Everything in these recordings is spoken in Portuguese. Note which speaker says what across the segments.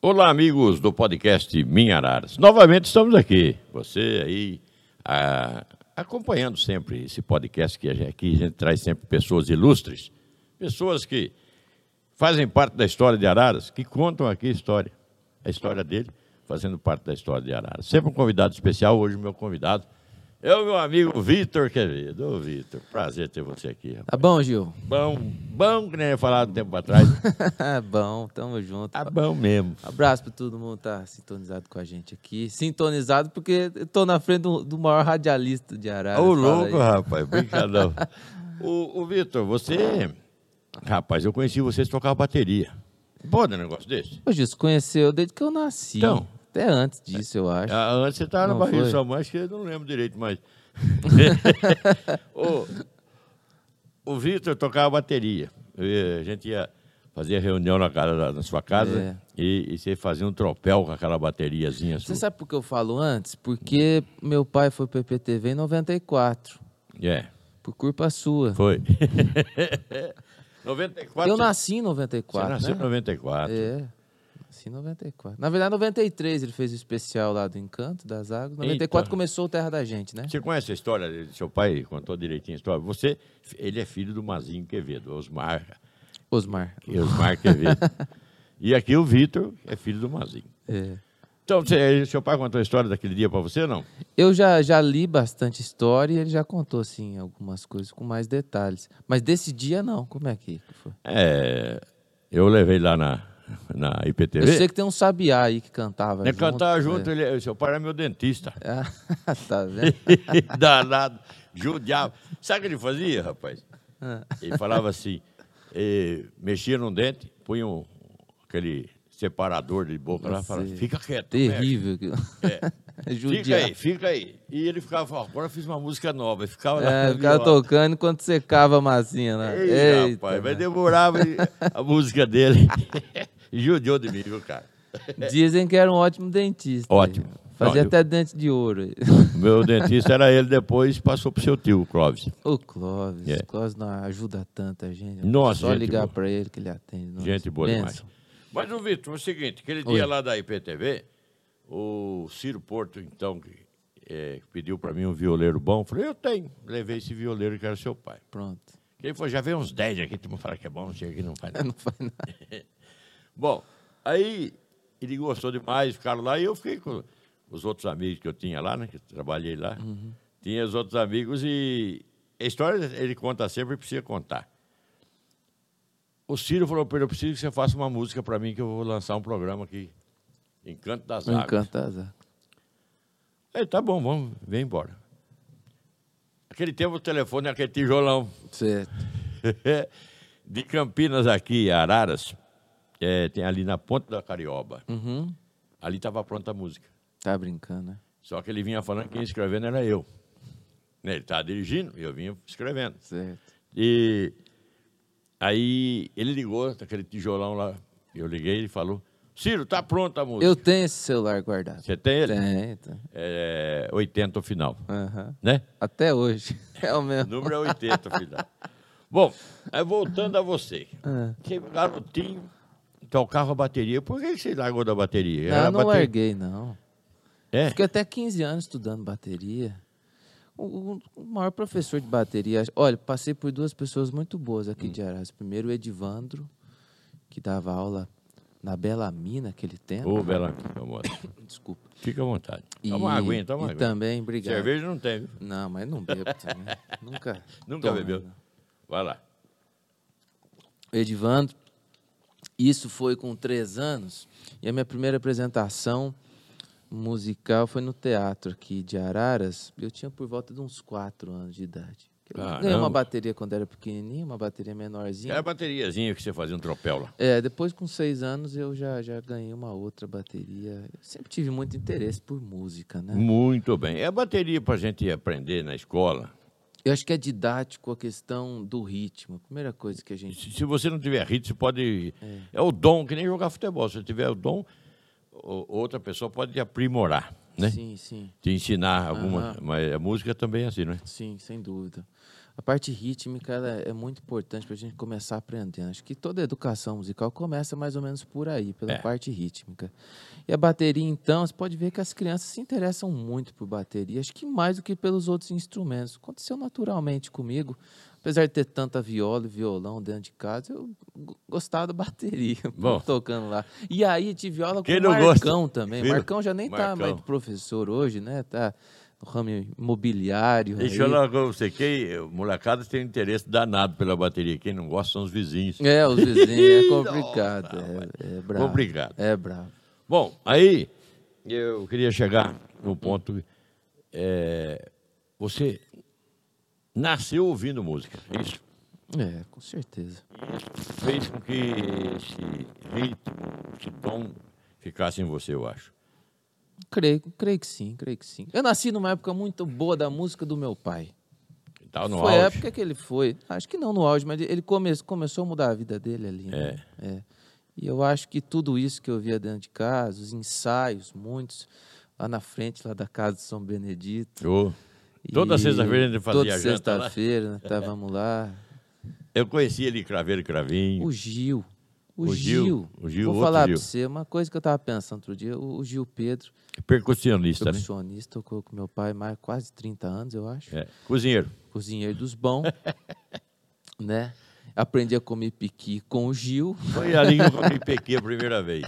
Speaker 1: Olá, amigos do podcast Minha Araras. Novamente estamos aqui. Você aí ah, acompanhando sempre esse podcast que a gente, aqui a gente traz sempre pessoas ilustres, pessoas que fazem parte da história de Araras, que contam aqui a história, a história dele, fazendo parte da história de Araras. Sempre um convidado especial, hoje o meu convidado é o meu amigo Vitor Quevedo. Ô, Vitor, prazer ter você aqui. rapaz.
Speaker 2: Tá bom, Gil?
Speaker 1: Bom, bom que nem eu falava um tempo atrás.
Speaker 2: bom, tamo junto.
Speaker 1: Tá bom mesmo.
Speaker 2: Abraço pra todo mundo que tá sintonizado com a gente aqui. Sintonizado porque eu tô na frente do, do maior radialista de Arara.
Speaker 1: Ô, louco, rapaz, brincadão. o o Vitor, você. Rapaz, eu conheci você tocar bateria. Pode um negócio desse?
Speaker 2: Ô, Gil, se conheceu desde que eu nasci.
Speaker 1: Então.
Speaker 2: Até antes disso, eu acho.
Speaker 1: Ah, Antes você estava na
Speaker 2: Não
Speaker 1: barriga da
Speaker 2: foi?
Speaker 1: sua mãe, acho que eu não lembro direito, mas. o o Vitor tocava bateria. E A gente ia fazer reunião na, casa, da- na sua casa
Speaker 2: É.
Speaker 1: e, e você fazia um tropel com aquela bateriazinha
Speaker 2: Você
Speaker 1: sua.
Speaker 2: sabe por que eu falo antes? Porque meu pai foi pro PPTV em 94.
Speaker 1: É,
Speaker 2: Por culpa sua.
Speaker 1: foi. 94.
Speaker 2: Eu nasci em 94.
Speaker 1: Você nasceu em
Speaker 2: né?
Speaker 1: 94.
Speaker 2: É. Nasci em 94. Na verdade, em 93 ele fez o especial lá do Encanto das Águas. Em 94
Speaker 1: Eita.
Speaker 2: começou o Terra da Gente, né?
Speaker 1: Você conhece a história? dele? Seu pai contou direitinho a história. Você, ele é filho do Mazinho Quevedo, Osmar,
Speaker 2: Osmar.
Speaker 1: Osmar Quevedo. e aqui o Vitor é filho do Mazinho.
Speaker 2: É.
Speaker 1: Então, você, seu pai contou a história daquele dia para você, não?
Speaker 2: Eu já, já li bastante história e ele já contou, assim, algumas coisas com mais detalhes. Mas desse dia, não. Como é que foi?
Speaker 1: É, eu levei lá na, na IPTV.
Speaker 2: Eu sei que tem um sabiá aí que cantava
Speaker 1: né,
Speaker 2: junto.
Speaker 1: cantava junto, é
Speaker 2: É.
Speaker 1: ele- seu pai era meu dentista.
Speaker 2: Ah, tá vendo?
Speaker 1: Danado, judiava. Sabe o que ele fazia, rapaz?
Speaker 2: Ah.
Speaker 1: Ele falava assim, eh, mexia num dente, punha um- aquele separador de boca lá, falava,
Speaker 2: Sim.
Speaker 1: fica quieto.
Speaker 2: Terrível.
Speaker 1: mexe.
Speaker 2: É.
Speaker 1: É, fica aí,
Speaker 2: Judiar.
Speaker 1: fica aí. E ele ficava, falando, agora eu fiz uma música nova. Ele ficava lá.
Speaker 2: É,
Speaker 1: na
Speaker 2: o cara
Speaker 1: viola.
Speaker 2: tocando enquanto secava a massinha, né?
Speaker 1: Ei,
Speaker 2: Eita,
Speaker 1: rapaz, mas
Speaker 2: né?
Speaker 1: demorava e- a música dele. Judiou de mim, viu, cara?
Speaker 2: Dizem que era um ótimo dentista.
Speaker 1: Ótimo.
Speaker 2: Fazia
Speaker 1: Não,
Speaker 2: até dente de ouro.
Speaker 1: O Meu dentista era ele, depois passou pro seu tio, o Clóvis.
Speaker 2: O Clóvis,
Speaker 1: É.
Speaker 2: o Clóvis não ajuda tanta gente. né?
Speaker 1: Nossa,
Speaker 2: Só
Speaker 1: gente
Speaker 2: ligar
Speaker 1: boa.
Speaker 2: pra ele que ele atende. Nossa,
Speaker 1: Gente boa
Speaker 2: benção.
Speaker 1: demais. Mas, o Vitor, é o seguinte, aquele
Speaker 2: Oi.
Speaker 1: dia lá da IPTV, o Ciro Porto, então, que, eh, pediu para mim um violeiro bom. Eu Falei, eu tenho. Levei esse violeiro que era seu pai.
Speaker 2: Pronto.
Speaker 1: Ele falou, já veio uns 10 aqui, tu me fala que é bom, não sei o que, não faz nada.
Speaker 2: Não faz nada.
Speaker 1: Bom, aí ele gostou demais, ficaram lá e eu fiquei com os outros amigos que eu tinha lá, né? Que eu trabalhei lá.
Speaker 2: Uhum.
Speaker 1: Tinha os outros amigos e a história ele conta sempre e precisa contar. O Ciro falou para ele, eu preciso que você faça uma música para mim que eu vou lançar um programa aqui. Encanto das
Speaker 2: Não
Speaker 1: Águas.
Speaker 2: encanta as águas.
Speaker 1: Aí, tá bom, vamos, vem embora. Aquele tempo o telefone era aquele tijolão.
Speaker 2: Certo.
Speaker 1: de Campinas aqui, a Araras, é, tem ali na ponta da Carioba.
Speaker 2: Uhum.
Speaker 1: Ali estava pronta a música.
Speaker 2: Tá brincando, né?
Speaker 1: Só que ele vinha falando que quem escrevendo era eu. Né, Ele estava dirigindo e eu vinha escrevendo.
Speaker 2: Certo.
Speaker 1: E aí ele ligou, aquele tijolão lá. Eu liguei e ele falou: Ciro, tá pronta a música.
Speaker 2: Eu tenho esse celular guardado.
Speaker 1: Você tem ele?
Speaker 2: Tem, tem.
Speaker 1: É, 80 o final,
Speaker 2: Aham.
Speaker 1: né?
Speaker 2: Até hoje. É o
Speaker 1: O
Speaker 2: mesmo.
Speaker 1: número é 80 o final. Bom, aí voltando a você.
Speaker 2: Ah.
Speaker 1: Você garotinho tocava bateria. Por que que você largou da bateria?
Speaker 2: Não, eu não
Speaker 1: bateria-
Speaker 2: larguei, não.
Speaker 1: É?
Speaker 2: Fiquei até 15 anos estudando bateria. O, o- o maior professor de bateria. Olha, passei por duas pessoas muito boas aqui de Arás. Primeiro, o Edivandro, que dava aula na Bela Mina naquele tempo.
Speaker 1: Ô, Bela, meu amor.
Speaker 2: Desculpa.
Speaker 1: Fica à vontade. Toma uma aguinha, toma uma
Speaker 2: e
Speaker 1: aguinha.
Speaker 2: também, obrigado.
Speaker 1: Cerveja não tem, viu?
Speaker 2: Não, mas não bebo também. Nunca.
Speaker 1: Nunca
Speaker 2: tomo,
Speaker 1: bebeu.
Speaker 2: não.
Speaker 1: Vai lá.
Speaker 2: Edivandro. Isso foi com três anos. E a minha primeira apresentação musical foi no teatro aqui de Araras. Eu tinha por volta de uns quatro anos de idade. Eu ganhei
Speaker 1: Caramba.
Speaker 2: uma bateria quando era pequenininho, uma bateria menorzinha.
Speaker 1: Era É a bateriazinha que você fazia um tropel lá.
Speaker 2: É, depois com seis anos eu já, já ganhei uma outra bateria. Eu sempre tive muito interesse por música, né?
Speaker 1: Muito bem. É a bateria pra gente aprender na escola.
Speaker 2: Eu acho que é didático a questão do ritmo. A primeira coisa que a gente
Speaker 1: Se, se você não tiver ritmo, você pode. É. o dom, que nem jogar futebol. Se você tiver o dom, o- outra pessoa pode te aprimorar, né?
Speaker 2: Sim, sim,
Speaker 1: Te ensinar alguma.
Speaker 2: Aham.
Speaker 1: Mas a música também é assim, não é?
Speaker 2: sim, sem dúvida. A parte rítmica ela é muito importante para a gente começar aprendendo. Acho que toda educação musical começa mais ou menos por aí, pela
Speaker 1: É.
Speaker 2: parte rítmica. E a bateria, então, você pode ver que as crianças se interessam muito por bateria, acho que mais do que pelos outros instrumentos. Aconteceu naturalmente comigo. Apesar de ter tanta viola e violão dentro de casa, eu go- gostava da bateria,
Speaker 1: Bom.
Speaker 2: tocando lá. E aí tive aula
Speaker 1: Quem
Speaker 2: com o
Speaker 1: não gosta?
Speaker 2: Marcão também.
Speaker 1: Viu?
Speaker 2: Marcão já nem está mais
Speaker 1: Marcão.
Speaker 2: de professor hoje, né? Tá no ramo imobiliário.
Speaker 1: Deixa eu
Speaker 2: aí.
Speaker 1: falar com você, quem, o molecada tem um interesse danado pela bateria. Quem não gosta são os vizinhos.
Speaker 2: É, os vizinhos é complicado. é, é bravo.
Speaker 1: Complicado.
Speaker 2: É bravo.
Speaker 1: Bom, aí eu queria chegar no ponto. é, você nasceu ouvindo música. Isso
Speaker 2: É, com certeza.
Speaker 1: fez com que esse ritmo, esse dom ficasse em você, eu acho.
Speaker 2: Creio, creio que sim, creio que sim. Eu nasci numa época muito boa da música do meu pai.
Speaker 1: Tá no
Speaker 2: foi é, a
Speaker 1: auge.
Speaker 2: época que ele foi. Acho que não no auge, mas ele come- começou a mudar a vida dele ali. né? É. E eu acho que tudo isso que eu via dentro de casa, os ensaios, muitos, lá na frente, lá da casa de São Benedito.
Speaker 1: Ô, Toda
Speaker 2: E
Speaker 1: sexta-feira ele fazia
Speaker 2: Toda
Speaker 1: a janta lá.
Speaker 2: sexta-feira, nós estávamos lá.
Speaker 1: Eu conheci ele Craveiro e Cravinho.
Speaker 2: O Gil. O,
Speaker 1: O Gil,
Speaker 2: Gil.
Speaker 1: o Gil,
Speaker 2: Vou
Speaker 1: outro
Speaker 2: falar
Speaker 1: Gil.
Speaker 2: pra você, uma coisa que eu tava pensando outro dia, o, o Gil Pedro,
Speaker 1: Percussionista, né?
Speaker 2: percussionista, tocou com meu pai mais quase 30 anos, eu acho.
Speaker 1: É, Cozinheiro.
Speaker 2: Cozinheiro dos bons, né? Aprendi a comer piqui com o Gil.
Speaker 1: Foi ali que eu comi pequi a primeira vez.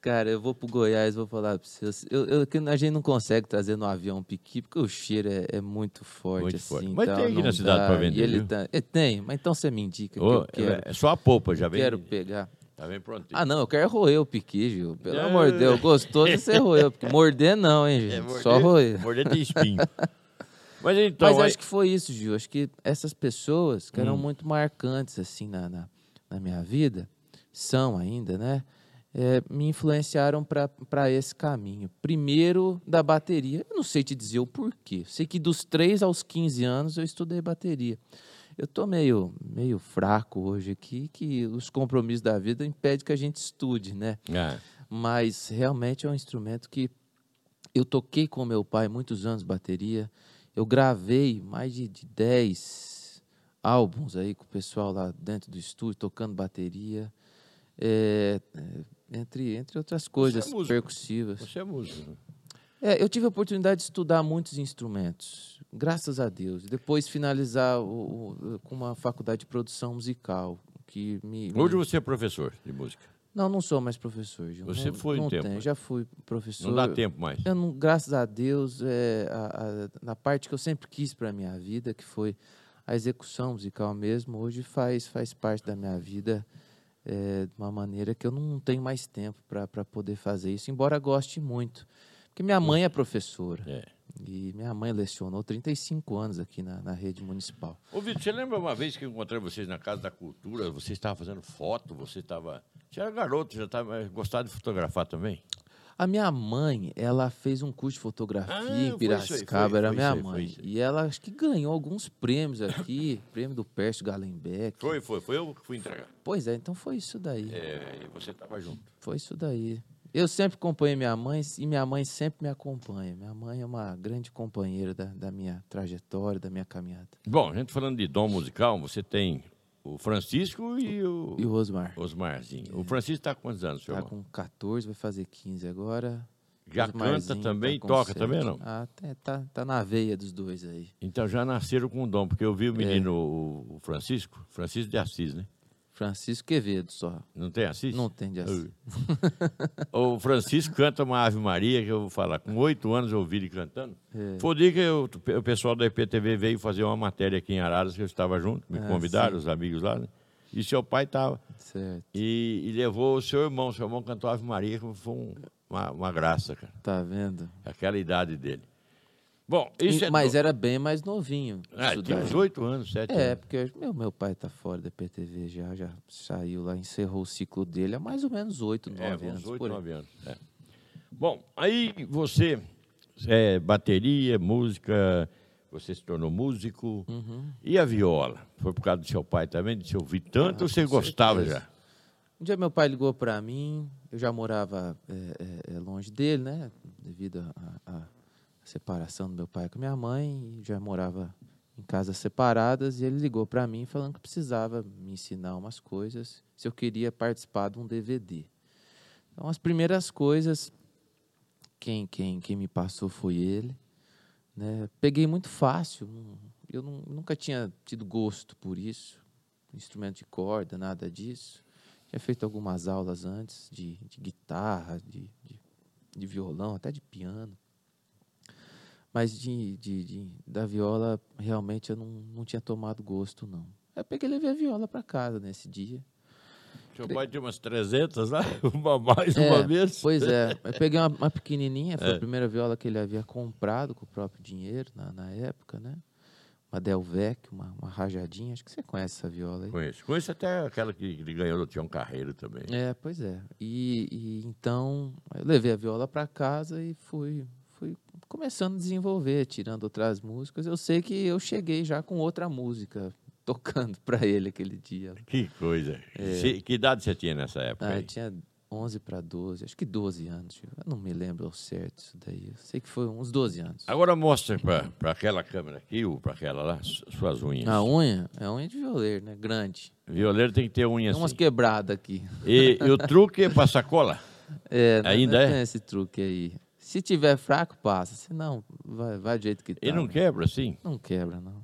Speaker 2: Cara, eu vou pro Goiás, vou falar pra vocês. Eu, eu- que a gente não consegue trazer no avião um piqui, porque o cheiro é, é muito forte,
Speaker 1: Muito
Speaker 2: assim.
Speaker 1: forte. Mas
Speaker 2: tal,
Speaker 1: tem aqui
Speaker 2: não
Speaker 1: na cidade
Speaker 2: dá,
Speaker 1: pra vender,
Speaker 2: e ele
Speaker 1: viu?
Speaker 2: tá- é, tem, mas então você me indica
Speaker 1: Ô,
Speaker 2: que eu quero,
Speaker 1: é só a polpa, já vem.
Speaker 2: quero pegar.
Speaker 1: Já vem prontinho.
Speaker 2: Ah, não, eu quero roer o piqui, Gil. Pelo
Speaker 1: É.
Speaker 2: amor de Deus, gostoso é você roer o piqui. Morder não, hein, gente.
Speaker 1: É,
Speaker 2: Só roer.
Speaker 1: Morder tem espinho. Mas então, Hum.
Speaker 2: Mas
Speaker 1: aí-
Speaker 2: acho que foi isso, Gil. Acho que essas pessoas que eram muito marcantes, assim, na, na, na minha vida, são ainda, né? é, me influenciaram para esse caminho. Primeiro, da bateria. Eu não sei te dizer o porquê. Sei que dos 3 aos 15 anos eu estudei bateria. Eu tô meio, meio fraco hoje aqui, que os compromissos da vida impedem que a gente estude, né?
Speaker 1: Ah,
Speaker 2: mas realmente é um instrumento que eu toquei com meu pai muitos anos bateria. Eu gravei mais de, de 10 álbuns aí com o pessoal lá dentro do estúdio tocando bateria. É, é, entre, entre outras coisas
Speaker 1: músico.
Speaker 2: percussivas.
Speaker 1: você é músico.
Speaker 2: É, eu tive a oportunidade de estudar muitos instrumentos, graças a Deus. Depois finalizar o- o- com uma faculdade de produção musical, que me, me
Speaker 1: Hoje você é professor de música.
Speaker 2: não, não sou mais professor, Gil.
Speaker 1: Você
Speaker 2: não,
Speaker 1: foi um
Speaker 2: não
Speaker 1: tempo,
Speaker 2: tenho,
Speaker 1: né?
Speaker 2: Já fui professor.
Speaker 1: Não dá tempo mais.
Speaker 2: Eu não, graças a Deus, é, a- a- na parte que eu sempre quis para minha vida, que foi a execução musical mesmo, hoje faz, faz parte da minha vida é, de uma maneira que eu não tenho mais tempo para poder fazer isso, embora goste muito. Porque minha mãe é professora.
Speaker 1: É.
Speaker 2: E minha mãe lecionou 35 anos aqui na, na rede municipal.
Speaker 1: Ô, Vitor, você lembra uma vez que eu encontrei vocês na Casa da Cultura? Você estava fazendo foto, você estava... Você era garoto, já estava mas gostava de fotografar também?
Speaker 2: A minha mãe, ela fez um curso de fotografia
Speaker 1: Ah,
Speaker 2: em
Speaker 1: foi isso aí,
Speaker 2: Piracicaba,
Speaker 1: foi,
Speaker 2: era
Speaker 1: foi
Speaker 2: minha
Speaker 1: isso aí, foi
Speaker 2: mãe.
Speaker 1: isso aí.
Speaker 2: E ela acho que ganhou alguns prêmios aqui, prêmio do Pércio Galenbeck.
Speaker 1: Foi, foi, foi eu que fui entregar.
Speaker 2: Pois é, então foi isso daí.
Speaker 1: É, e você estava junto.
Speaker 2: Foi isso daí. Eu sempre acompanhei minha mãe e minha mãe sempre me acompanha. Minha mãe é uma grande companheira da, da minha trajetória, da minha caminhada.
Speaker 1: Bom, a gente falando de dom musical, você tem o Francisco e o,
Speaker 2: E o Osmar?
Speaker 1: Osmarzinho. O Francisco está É. com quantos anos, seu
Speaker 2: Tá
Speaker 1: irmão?
Speaker 2: com 14, vai fazer 15 agora.
Speaker 1: Já
Speaker 2: Osmarzinho
Speaker 1: canta também e
Speaker 2: tá com
Speaker 1: toca
Speaker 2: sete.
Speaker 1: também, não?
Speaker 2: Ah, tá, tá, tá na veia dos dois aí.
Speaker 1: Então já nasceram com dom, porque eu vi o menino, o- o Francisco, Francisco de Assis, né?
Speaker 2: Francisco Quevedo só.
Speaker 1: Não tem Assis?
Speaker 2: Não tem de Assis.
Speaker 1: o Francisco canta uma Ave Maria, que eu vou falar. Com oito anos eu ouvi ele cantando.
Speaker 2: É.
Speaker 1: Foi o dia que eu- o pessoal da IPTV veio fazer uma matéria aqui em Araras, que eu estava junto, me
Speaker 2: Ah,
Speaker 1: convidaram,
Speaker 2: sim.
Speaker 1: os amigos lá, né? E seu pai estava.
Speaker 2: Certo.
Speaker 1: E, e levou o seu irmão. Seu irmão cantou Ave Maria, que foi um- uma, uma graça, cara.
Speaker 2: Tá vendo?
Speaker 1: Aquela idade dele. Bom,
Speaker 2: E-
Speaker 1: isso é.
Speaker 2: mas
Speaker 1: dom.
Speaker 2: era bem mais novinho.
Speaker 1: Ah,
Speaker 2: isso
Speaker 1: tinha
Speaker 2: daí.
Speaker 1: uns oito anos, sete
Speaker 2: É,
Speaker 1: anos.
Speaker 2: porque meu, meu pai tá fora da PTV já, já saiu lá, encerrou o ciclo dele há mais ou menos oito,
Speaker 1: É,
Speaker 2: nove anos.
Speaker 1: uns oito,
Speaker 2: por aí.
Speaker 1: nove anos. é. Bom, aí você, é, bateria, música, você se tornou músico.
Speaker 2: Uhum.
Speaker 1: E a viola? Foi por causa do seu pai também, de seu ouvir tanto ou você
Speaker 2: Ah, com
Speaker 1: gostava
Speaker 2: certeza.
Speaker 1: já?
Speaker 2: Um dia meu pai ligou para mim, eu já morava é, é, é, longe dele, né? Devido à- à à separação do meu pai com minha mãe, e já morava em casas separadas e ele ligou para mim falando que precisava me ensinar umas coisas, se eu queria participar de um DVD. Então as primeiras coisas quem quem quem me passou foi ele, né? Peguei muito fácil, não- eu não- nunca tinha tido gosto por isso, instrumento de corda, nada disso. Tinha feito algumas aulas antes de, de guitarra, de, de, de violão, até de piano. Mas de, de, de- da viola, realmente eu não, não tinha tomado gosto, não. Eu peguei e levei a viola para casa nesse dia.
Speaker 1: Seu pai tinha umas 300 lá, uma mais
Speaker 2: É,
Speaker 1: uma vez.
Speaker 2: Pois é, eu peguei uma, uma pequenininha, foi
Speaker 1: É.
Speaker 2: a primeira viola que ele havia comprado com o próprio dinheiro na, na época, né? Uma Delvec, uma, uma rajadinha, acho que você conhece essa viola aí.
Speaker 1: Conheço. Conheço até aquela que ele ganhou no Tião Carreiro também.
Speaker 2: É, pois é. E, e então eu levei a viola para casa e fui, fui começando a desenvolver, tirando outras músicas. Eu sei que eu cheguei já com outra música tocando para ele aquele dia.
Speaker 1: Que coisa. Se- que idade você tinha nessa época?
Speaker 2: É. Ah, eu
Speaker 1: aí?
Speaker 2: tinha 11 para 12, acho que 12 anos. tio. Eu não me lembro ao certo isso daí. Eu sei que foi uns 12 anos.
Speaker 1: Agora mostra para aquela câmera aqui ou para aquela lá su- suas unhas.
Speaker 2: A unha é unha de violeiro, né? Grande.
Speaker 1: Violeiro tem que ter unha
Speaker 2: Tem umas
Speaker 1: assim.
Speaker 2: quebradas aqui.
Speaker 1: E, e o truque é para sacola.
Speaker 2: É, não-
Speaker 1: Ainda
Speaker 2: não
Speaker 1: é?
Speaker 2: tem esse truque aí. Se tiver fraco, passa. Se não, vai, vai do jeito que tá.
Speaker 1: Ele não
Speaker 2: né?
Speaker 1: quebra assim.
Speaker 2: Não quebra, não.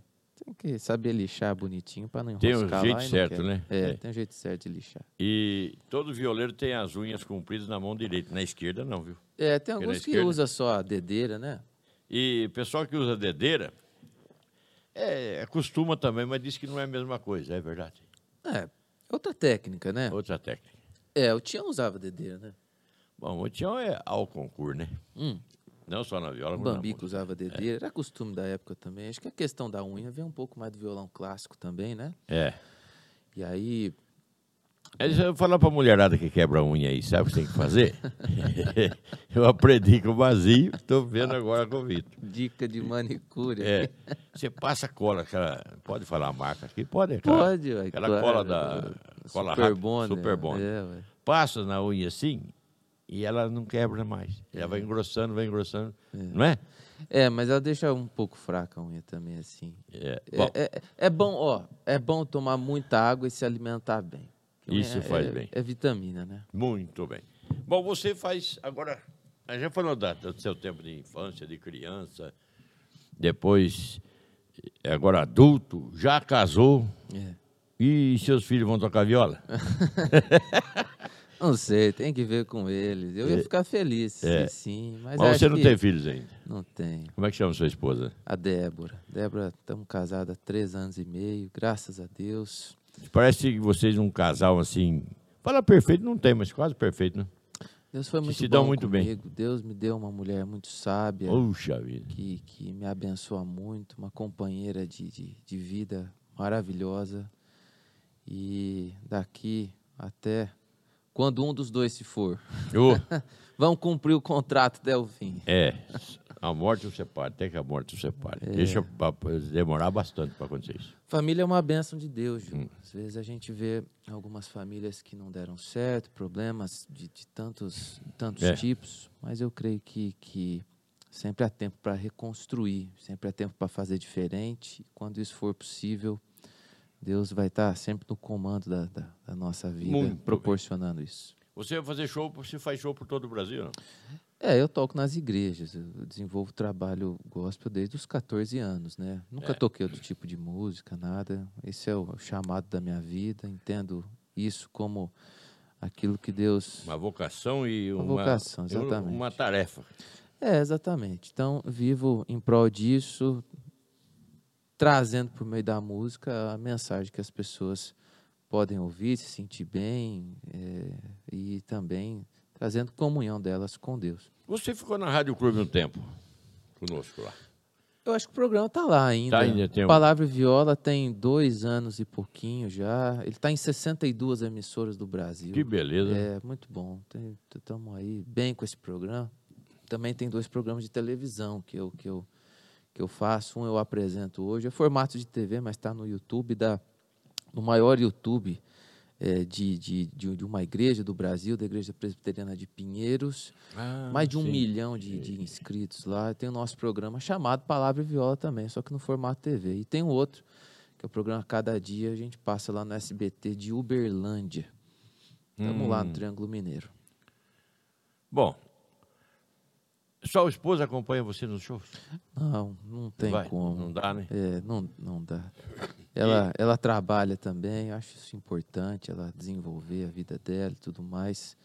Speaker 2: Tem que saber lixar bonitinho para não
Speaker 1: Tem um
Speaker 2: enroscar lá
Speaker 1: jeito
Speaker 2: e não
Speaker 1: certo,
Speaker 2: quebra.
Speaker 1: né?
Speaker 2: É,
Speaker 1: É.
Speaker 2: tem um jeito certo de lixar.
Speaker 1: E todo violeiro tem as unhas compridas na mão direita, na esquerda não, viu?
Speaker 2: É, tem
Speaker 1: na
Speaker 2: alguns que
Speaker 1: esquerda.
Speaker 2: usa só a dedeira, né?
Speaker 1: E pessoal que usa dedeira, é, costuma também, mas diz que não é a mesma coisa, é verdade.
Speaker 2: É, outra técnica, né?
Speaker 1: Outra técnica.
Speaker 2: É, o Tião usava dedeira, né?
Speaker 1: Bom, o Tião é ao concurso, né?
Speaker 2: Hum.
Speaker 1: Não É. só na viola,
Speaker 2: O
Speaker 1: mas na
Speaker 2: Bambico
Speaker 1: música.
Speaker 2: usava dedeira, era costume da época também. Acho que a questão da unha vem um pouco mais do violão clássico também, né?
Speaker 1: É.
Speaker 2: E aí,
Speaker 1: É, deixa eu falar pra mulherada que quebra a unha aí, sabe o que tem que fazer? eu aprendi com o vazio, tô vendo agora com o Vitor.
Speaker 2: dica de manicure.
Speaker 1: É, você passa cola, aquela, pode falar a marca aqui? Pode, é claro.
Speaker 2: Pode, ué,
Speaker 1: Aquela
Speaker 2: claro.
Speaker 1: cola da... Cola
Speaker 2: Super
Speaker 1: rápida,
Speaker 2: Bonder,
Speaker 1: Super Bonder.
Speaker 2: É, ué.
Speaker 1: passa na unha assim e ela não quebra mais. Ela vai engrossando, vai engrossando, não é?
Speaker 2: É, mas ela deixa um pouco fraca a unha também, assim.
Speaker 1: É.
Speaker 2: É-
Speaker 1: Bom,
Speaker 2: é, é bom, ó, é bom tomar muita água e se alimentar bem. Porque
Speaker 1: Isso
Speaker 2: é-
Speaker 1: faz
Speaker 2: é-
Speaker 1: bem.
Speaker 2: É vitamina, né?
Speaker 1: muito bem. Bom, você faz agora. a gente Já falou da, do seu tempo de infância, de criança, depois, é, agora adulto, já casou
Speaker 2: É.
Speaker 1: e seus filhos vão tocar viola?
Speaker 2: Não sei, tem que ver com eles. Eu ia ficar feliz, se
Speaker 1: é.
Speaker 2: sim. Mas,
Speaker 1: Mas,
Speaker 2: acho
Speaker 1: você não
Speaker 2: que
Speaker 1: tem filhos ainda.
Speaker 2: Não tem.
Speaker 1: Como é que chama sua esposa?
Speaker 2: A Débora. Débora, estamos casados há três anos e meio, graças a Deus.
Speaker 1: Parece que vocês, um casal assim. Fala perfeito, não tem, mas quase perfeito, né?
Speaker 2: Deus foi muito
Speaker 1: se
Speaker 2: bom
Speaker 1: dão muito bem.
Speaker 2: comigo. Deus me deu uma mulher muito sábia.
Speaker 1: Puxa vida.
Speaker 2: que, que me abençoa muito, uma companheira de, de, de vida maravilhosa. E daqui até quando um dos dois se for,
Speaker 1: Ô,
Speaker 2: vão cumprir o contrato até o fim.
Speaker 1: É, a morte o separa, até que a morte o separe.
Speaker 2: É.
Speaker 1: Deixa pra- pra demorar bastante para acontecer isso.
Speaker 2: Família é uma bênção de Deus,
Speaker 1: Hum.
Speaker 2: Ju. Às vezes a gente vê algumas famílias que não deram certo, problemas de, de tantos, tantos
Speaker 1: É.
Speaker 2: tipos, mas eu creio que, que sempre há tempo para reconstruir, sempre há tempo para fazer diferente. Quando isso for possível, Deus vai estar sempre no comando da, da- da nossa vida,
Speaker 1: Muito bem.
Speaker 2: proporcionando isso.
Speaker 1: Você vai fazer show, você faz show por todo o Brasil, não?
Speaker 2: É, eu toco nas igrejas, eu eu desenvolvo trabalho gospel desde os 14 anos, né? Nunca toquei outro tipo de música, nada. Esse é o chamado da minha vida, entendo isso como aquilo que Deus...
Speaker 1: Uma vocação e uma,
Speaker 2: Uma vocação,
Speaker 1: e uma-
Speaker 2: exatamente.
Speaker 1: uma tarefa.
Speaker 2: É, exatamente. Então, vivo em prol disso, trazendo por meio da música a mensagem que as pessoas podem ouvir, se sentir bem é, e também trazendo comunhão delas com Deus.
Speaker 1: Você ficou na Rádio Clube um tempo conosco lá.
Speaker 2: Eu acho que o programa tá lá ainda.
Speaker 1: Tá ainda, tem um-
Speaker 2: Palavra e Viola tem dois anos e pouquinho já. Ele tá em 62 emissoras do Brasil.
Speaker 1: Que beleza. né?
Speaker 2: É, muito bom. Estamos aí bem com esse programa. Também tem dois programas de televisão que eu, que eu, que eu faço. Um eu tá apresento hoje. É formato de TV, mas está no YouTube, da, no maior YouTube eh, de, de, de, de uma igreja do Brasil, da Igreja Presbiteriana de Pinheiros. Mais de um milhão de, de inscritos lá. Tem o nosso programa chamado Palavra e Viola também, só que no formato TV. E tem um outro, que é o programa Cada Dia, a gente passa lá no SBT de Uberlândia. Estamos lá
Speaker 1: Hum.
Speaker 2: no Triângulo Mineiro.
Speaker 1: Bom, sua esposa acompanha você nos shows?
Speaker 2: Não, não tem
Speaker 1: Vai,
Speaker 2: como.
Speaker 1: Não dá, né?
Speaker 2: É, não, não dá. Ela, ela trabalha também, eu acho isso importante, ela desenvolver a vida dela e tudo mais.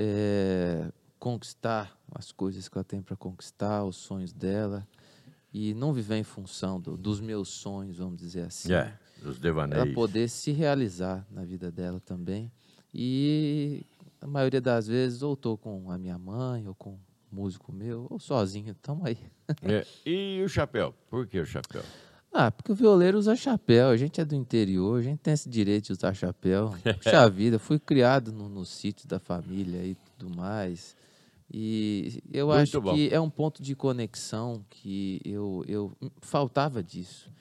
Speaker 2: É, conquistar as coisas que ela tem para conquistar, os sonhos dela. E não viver em função do- dos meus sonhos, vamos dizer assim.
Speaker 1: É, dos
Speaker 2: Ela
Speaker 1: devaneios.
Speaker 2: poder se realizar na vida dela também. E a maioria das vezes, ou tô com a minha mãe, ou com um músico meu, ou sozinho, tamo aí.
Speaker 1: É, E o chapéu? Por que o chapéu?
Speaker 2: Ah, porque o violeiro usa chapéu. A gente é do interior, a gente tem esse direito de usar chapéu. Puxa vida, fui criado no, no sítio da família e tudo mais. E eu
Speaker 1: Muito
Speaker 2: acho
Speaker 1: bom.
Speaker 2: que é um ponto de conexão que eu, eu faltava disso.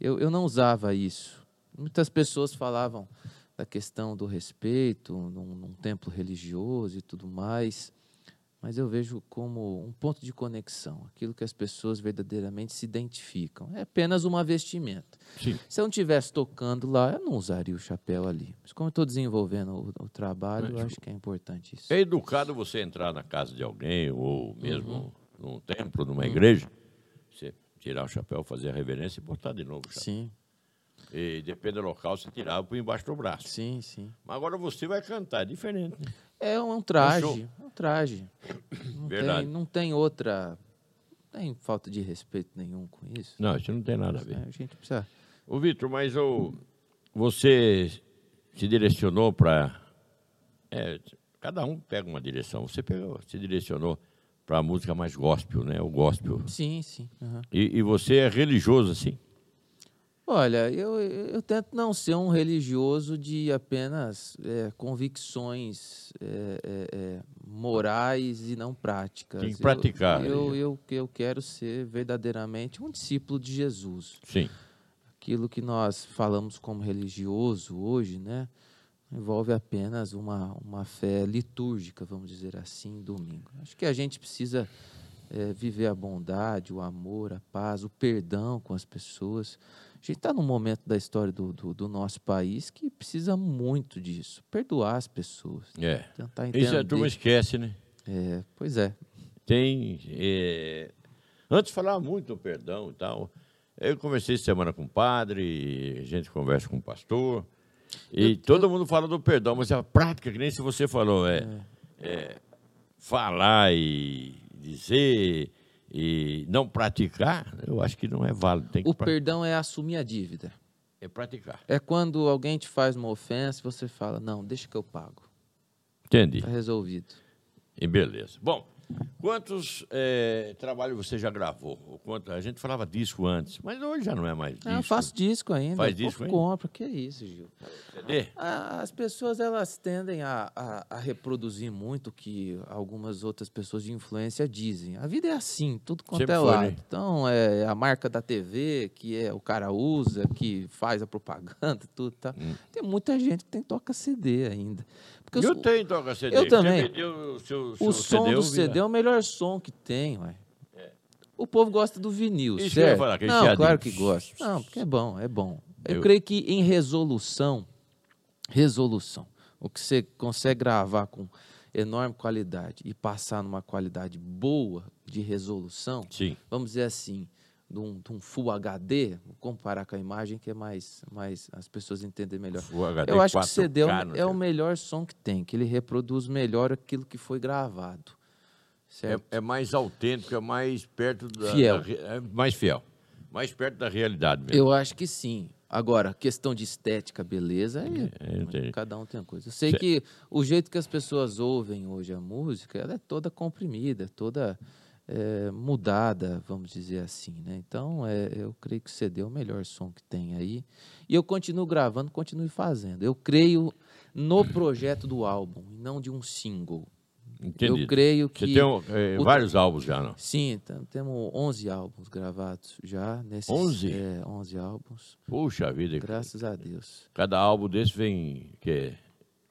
Speaker 2: Eu, eu não usava isso. Muitas pessoas falavam da questão do respeito num, num templo religioso e tudo mais, mas eu vejo como um ponto de conexão, aquilo que as pessoas verdadeiramente se identificam. É apenas uma vestimenta.
Speaker 1: Sim.
Speaker 2: Se eu não estivesse tocando lá, eu não usaria o chapéu ali. Mas como eu estou desenvolvendo o, o trabalho, eu acho que é importante isso.
Speaker 1: É educado você entrar na casa de alguém ou mesmo num templo, numa igreja, você tirar o chapéu, fazer a reverência e botar de novo o chapéu.
Speaker 2: Sim,
Speaker 1: E depende do local, você tirava por embaixo do braço.
Speaker 2: sim, sim.
Speaker 1: Mas agora você vai cantar, é diferente. né?
Speaker 2: É um, é
Speaker 1: Um
Speaker 2: um
Speaker 1: show.
Speaker 2: traje, é um traje. Não
Speaker 1: Verdade.
Speaker 2: tem, não tem outra. Não tem falta de respeito nenhum com isso.
Speaker 1: Não, isso não tem nada a ver.
Speaker 2: né? A gente precisa.
Speaker 1: Ô, Vitor, mas o, você se direcionou para. cada um pega uma direção. Você pegou, se direcionou para a música mais gospel, né? O gospel.
Speaker 2: Sim, sim. aham.
Speaker 1: E, e você é religioso, assim.
Speaker 2: Olha, eu, eu tento não ser um religioso de apenas é, convicções é, é, é, morais e não práticas.
Speaker 1: Tem que
Speaker 2: Eu-
Speaker 1: praticar,
Speaker 2: Eu,
Speaker 1: né?
Speaker 2: eu, eu quero ser verdadeiramente um discípulo de Jesus.
Speaker 1: Sim.
Speaker 2: aquilo que nós falamos como religioso hoje, né, envolve apenas uma, uma fé litúrgica, vamos dizer assim, domingo. Acho que a gente precisa eh, viver a bondade, o amor, a paz, o perdão com as pessoas. A gente está num momento da história do, do, do nosso país que precisa muito disso, perdoar as pessoas,
Speaker 1: É.
Speaker 2: tentar
Speaker 1: Isso a
Speaker 2: entender.
Speaker 1: turma esquece, né?
Speaker 2: É, pois é,
Speaker 1: Tem. é, Antes falava muito do perdão e tal. Eu conversei semana com o padre, a gente conversa com o pastor. E todo mundo fala do perdão, mas é a prática, que nem se você falou, é, é, falar e dizer e não praticar, eu acho que não é válido. Tem que
Speaker 2: o
Speaker 1: pra-
Speaker 2: perdão é assumir a dívida.
Speaker 1: é praticar.
Speaker 2: É quando alguém te faz uma ofensa e você fala, não, deixa que eu pago,
Speaker 1: Entendi.
Speaker 2: está resolvido.
Speaker 1: E beleza. Bom, quantos é, trabalhos você já gravou? Ou quanto- a gente falava disco antes, mas hoje já não é mais disco.
Speaker 2: Não, Ah, eu faço disco ainda.
Speaker 1: Faz
Speaker 2: o povo
Speaker 1: disco ainda?
Speaker 2: compra. Que isso, Gil?
Speaker 1: CD?
Speaker 2: Ah, As pessoas elas tendem a, a, a reproduzir muito o que algumas outras pessoas de influência dizem. A vida é assim, tudo quanto
Speaker 1: Sempre
Speaker 2: é
Speaker 1: foi,
Speaker 2: lado.
Speaker 1: né?
Speaker 2: Então é a marca da TV que é o cara usa, que faz a propaganda, tudo tá. Tem muita gente que tem toca CD ainda. Porque os-
Speaker 1: Hum. Eu tenho toca CD.
Speaker 2: Eu
Speaker 1: Você
Speaker 2: também.
Speaker 1: me deu o seu,
Speaker 2: o
Speaker 1: seu
Speaker 2: som
Speaker 1: CD,
Speaker 2: do
Speaker 1: eu vi
Speaker 2: CD é
Speaker 1: lá.
Speaker 2: o melhor som que tem, ué. É. O povo gosta do vinil,
Speaker 1: Isso que eu ia
Speaker 2: certo?
Speaker 1: falar, aquele
Speaker 2: Não,
Speaker 1: chiadinho.
Speaker 2: claro que gosta. Não, porque é bom, é bom. Eu,
Speaker 1: Eu-
Speaker 2: creio que em resolução, resolução, o que você consegue gravar com enorme qualidade e passar numa qualidade boa de resolução,
Speaker 1: né? Sim.
Speaker 2: vamos dizer assim, de um, de um Full HD, vou comparar com a imagem que é mais, mais as pessoas entendem melhor.
Speaker 1: Full HD
Speaker 2: Eu acho que o
Speaker 1: 4K
Speaker 2: CD é o-
Speaker 1: no
Speaker 2: é o
Speaker 1: teu-
Speaker 2: melhor som que tem, que ele reproduz melhor aquilo que foi gravado. Certo?
Speaker 1: É, é mais autêntico, é mais perto da.
Speaker 2: Fiel.
Speaker 1: da re- é mais fiel. Mais perto da realidade mesmo.
Speaker 2: Eu acho que sim. Agora, questão de estética, beleza, aí
Speaker 1: É, eu entendi.
Speaker 2: cada um tem uma coisa. Eu sei que o jeito que as pessoas ouvem hoje a música, ela é toda comprimida, toda é, mudada, vamos dizer assim, né? Então, é, eu creio que o CD é o melhor som que tem aí. E eu continuo gravando, continuo fazendo. Eu creio no projeto do álbum, e não de um single.
Speaker 1: Entendi.
Speaker 2: Eu creio
Speaker 1: Você
Speaker 2: que...
Speaker 1: tem um, é,
Speaker 2: o-
Speaker 1: vários álbuns já, não?
Speaker 2: Sim, tam- temos 11 álbuns gravados já. Nesses,
Speaker 1: 11?
Speaker 2: É, 11 álbuns.
Speaker 1: Puxa vida.
Speaker 2: Graças a Deus.
Speaker 1: Cada álbum desse vem. Que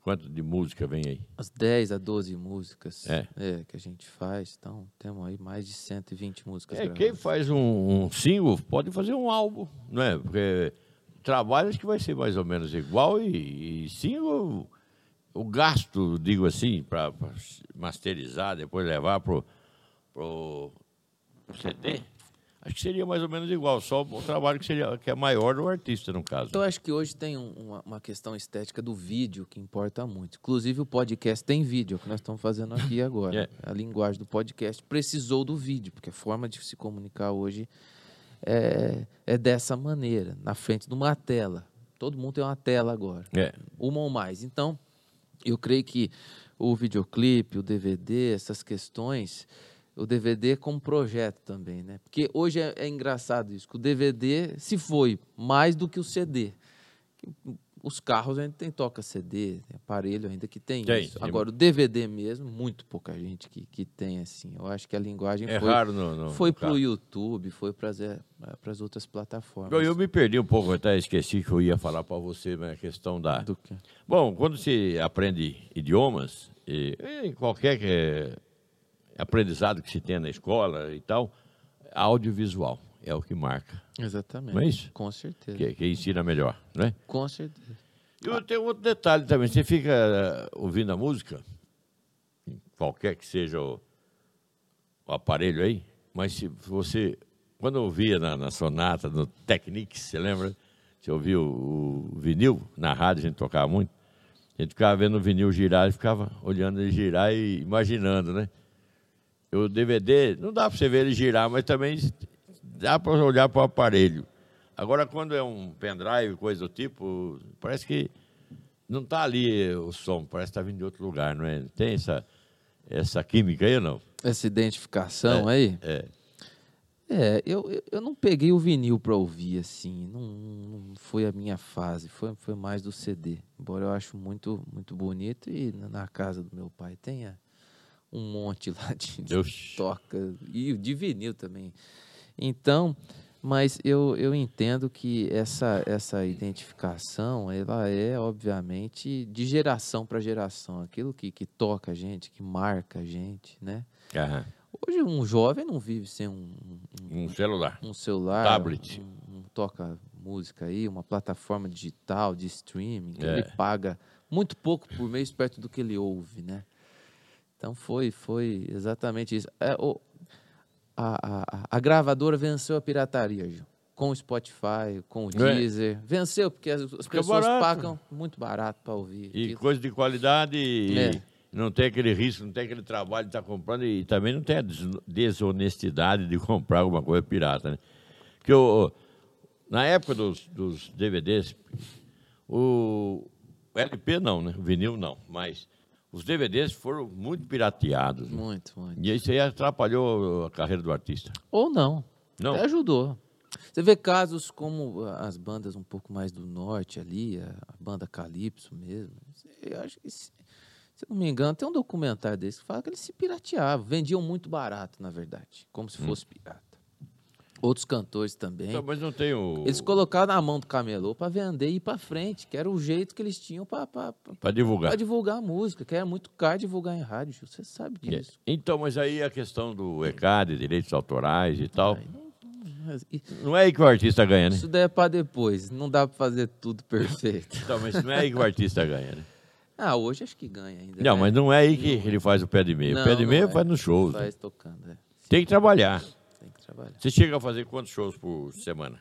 Speaker 1: Quanto de música vem aí?
Speaker 2: As 10 a 12 músicas
Speaker 1: É.
Speaker 2: que a gente faz, então temos aí mais de 120 músicas
Speaker 1: É, quem
Speaker 2: gravadas.
Speaker 1: faz um, um single pode fazer um álbum, não é? Porque trabalhos que vai ser mais ou menos igual e, e single, o gasto, digo assim, para masterizar, depois levar pro pro CD, acho que seria mais ou menos igual, só o trabalho que, seria, que é maior do artista, no caso.
Speaker 2: Eu acho que hoje tem um- uma, uma questão estética do vídeo que importa muito. Inclusive, o podcast tem vídeo, é o que nós estamos fazendo aqui agora.
Speaker 1: É.
Speaker 2: A linguagem do podcast precisou do vídeo, porque a forma de se comunicar hoje é, é dessa maneira, na frente de uma tela. Todo mundo tem uma tela agora,
Speaker 1: É.
Speaker 2: uma ou mais. Então, eu creio que o videoclipe, o DVD, essas questões, o DVD é como projeto também, né? Porque hoje é, é engraçado isso, que o DVD se foi mais do que o CD. Os carros ainda tem toca CD, tem aparelho ainda que tem,
Speaker 1: Tem,
Speaker 2: isso.
Speaker 1: tem.
Speaker 2: Agora, o DVD mesmo, muito pouca gente que, que tem, assim. Eu acho que a linguagem
Speaker 1: É
Speaker 2: foi,
Speaker 1: raro no- no-
Speaker 2: foi
Speaker 1: no
Speaker 2: pro
Speaker 1: carro.
Speaker 2: YouTube, foi para as outras plataformas.
Speaker 1: Eu, eu me perdi um pouco, até esqueci que eu ia falar para você né, a questão da,
Speaker 2: Do que?
Speaker 1: Bom, quando se aprende idiomas, e, em qualquer que- aprendizado que se tenha na escola e tal, audiovisual é o que marca,
Speaker 2: Exatamente.
Speaker 1: Não é isso?
Speaker 2: Com certeza.
Speaker 1: que, que ensina melhor, né?
Speaker 2: Com certeza.
Speaker 1: E eu- tem outro detalhe também, você fica eh, ouvindo a música, qualquer que seja o, o aparelho aí, mas se você, quando eu ouvia na, na Sonata, no Technics, você lembra? Você ouvia o, o vinil, na rádio a gente tocava muito, a gente ficava vendo o vinil girar e ficava olhando ele girar e imaginando, né? O DVD, não dá para você ver ele girar, mas também dá para olhar para o aparelho. Agora, quando é um pendrive, coisa do tipo, parece que não está ali o som, parece que está vindo de outro lugar, não é? Tem essa, essa química aí ou não?
Speaker 2: Essa identificação
Speaker 1: É,
Speaker 2: aí?
Speaker 1: É.
Speaker 2: É, eu, eu- eu não peguei o vinil pra ouvir, assim, não, não foi a minha fase, foi, foi mais do CD. Embora eu acho muito, muito bonito e na na casa do meu pai tenha um monte lá de, de
Speaker 1: Deus.
Speaker 2: toca e de vinil também. Então, mas eu, eu entendo que essa, essa identificação, ela é, obviamente, de geração para geração. Aquilo que, que toca a gente, que marca a gente, né?
Speaker 1: Aham.
Speaker 2: Hoje um jovem não vive sem um- um-
Speaker 1: Um celular.
Speaker 2: um celular,
Speaker 1: Tablet.
Speaker 2: Um, um toca música aí, uma plataforma digital de streaming, que
Speaker 1: É.
Speaker 2: ele paga muito pouco por mês perto do que ele ouve, né? Então foi, foi exatamente isso. É, o- a, a- a- a gravadora venceu a pirataria, Gil. Com o Spotify, com o
Speaker 1: É.
Speaker 2: Deezer. Venceu, porque as, as
Speaker 1: Fica
Speaker 2: pessoas
Speaker 1: barato.
Speaker 2: pagam muito barato para ouvir.
Speaker 1: E
Speaker 2: aquilo.
Speaker 1: coisa de qualidade, e
Speaker 2: Tipo. É.
Speaker 1: não tem aquele risco, não tem aquele trabalho de estar comprando e também não tem a des- desonestidade de comprar alguma coisa pirata, né? Porque o- na época dos, dos DVDs, o LP não, né? O vinil não, mas os DVDs foram muito pirateados. né?
Speaker 2: Muito, muito.
Speaker 1: E isso aí atrapalhou a carreira do artista.
Speaker 2: Ou não.
Speaker 1: Não.
Speaker 2: Até ajudou. Você vê casos como a- as bandas um pouco mais do norte ali, a a banda Calypso mesmo. Eu acho que, se, se eu não me engano, tem um documentário desse que fala que eles se pirateavam, vendiam muito barato, na verdade, como se fosse pirata. Outros cantores também.
Speaker 1: Então, mas não tem o.
Speaker 2: É. Eles colocaram na mão do camelô para vender e ir para frente, que era o jeito que eles tinham para
Speaker 1: Para divulgar.
Speaker 2: divulgar a música, que era muito caro divulgar em rádio. Você sabe disso.
Speaker 1: Então, mas aí a questão do ECAD, direitos autorais e tal.
Speaker 2: Mas né? e-
Speaker 1: Não é aí que o artista ganha, né?
Speaker 2: Isso daí é para depois. Não dá para fazer tudo perfeito.
Speaker 1: Então, mas não é aí que o artista ganha, né?
Speaker 2: Ah, hoje acho que ganha ainda.
Speaker 1: Não,
Speaker 2: né?
Speaker 1: mas não é aí que ele faz o pé de meia. O
Speaker 2: Não,
Speaker 1: pé de
Speaker 2: não
Speaker 1: meia
Speaker 2: é.
Speaker 1: faz nos shows. né?
Speaker 2: Faz tocando, é.
Speaker 1: Tem que trabalhar.
Speaker 2: Tem que trabalhar.
Speaker 1: Você chega a fazer quantos shows por semana?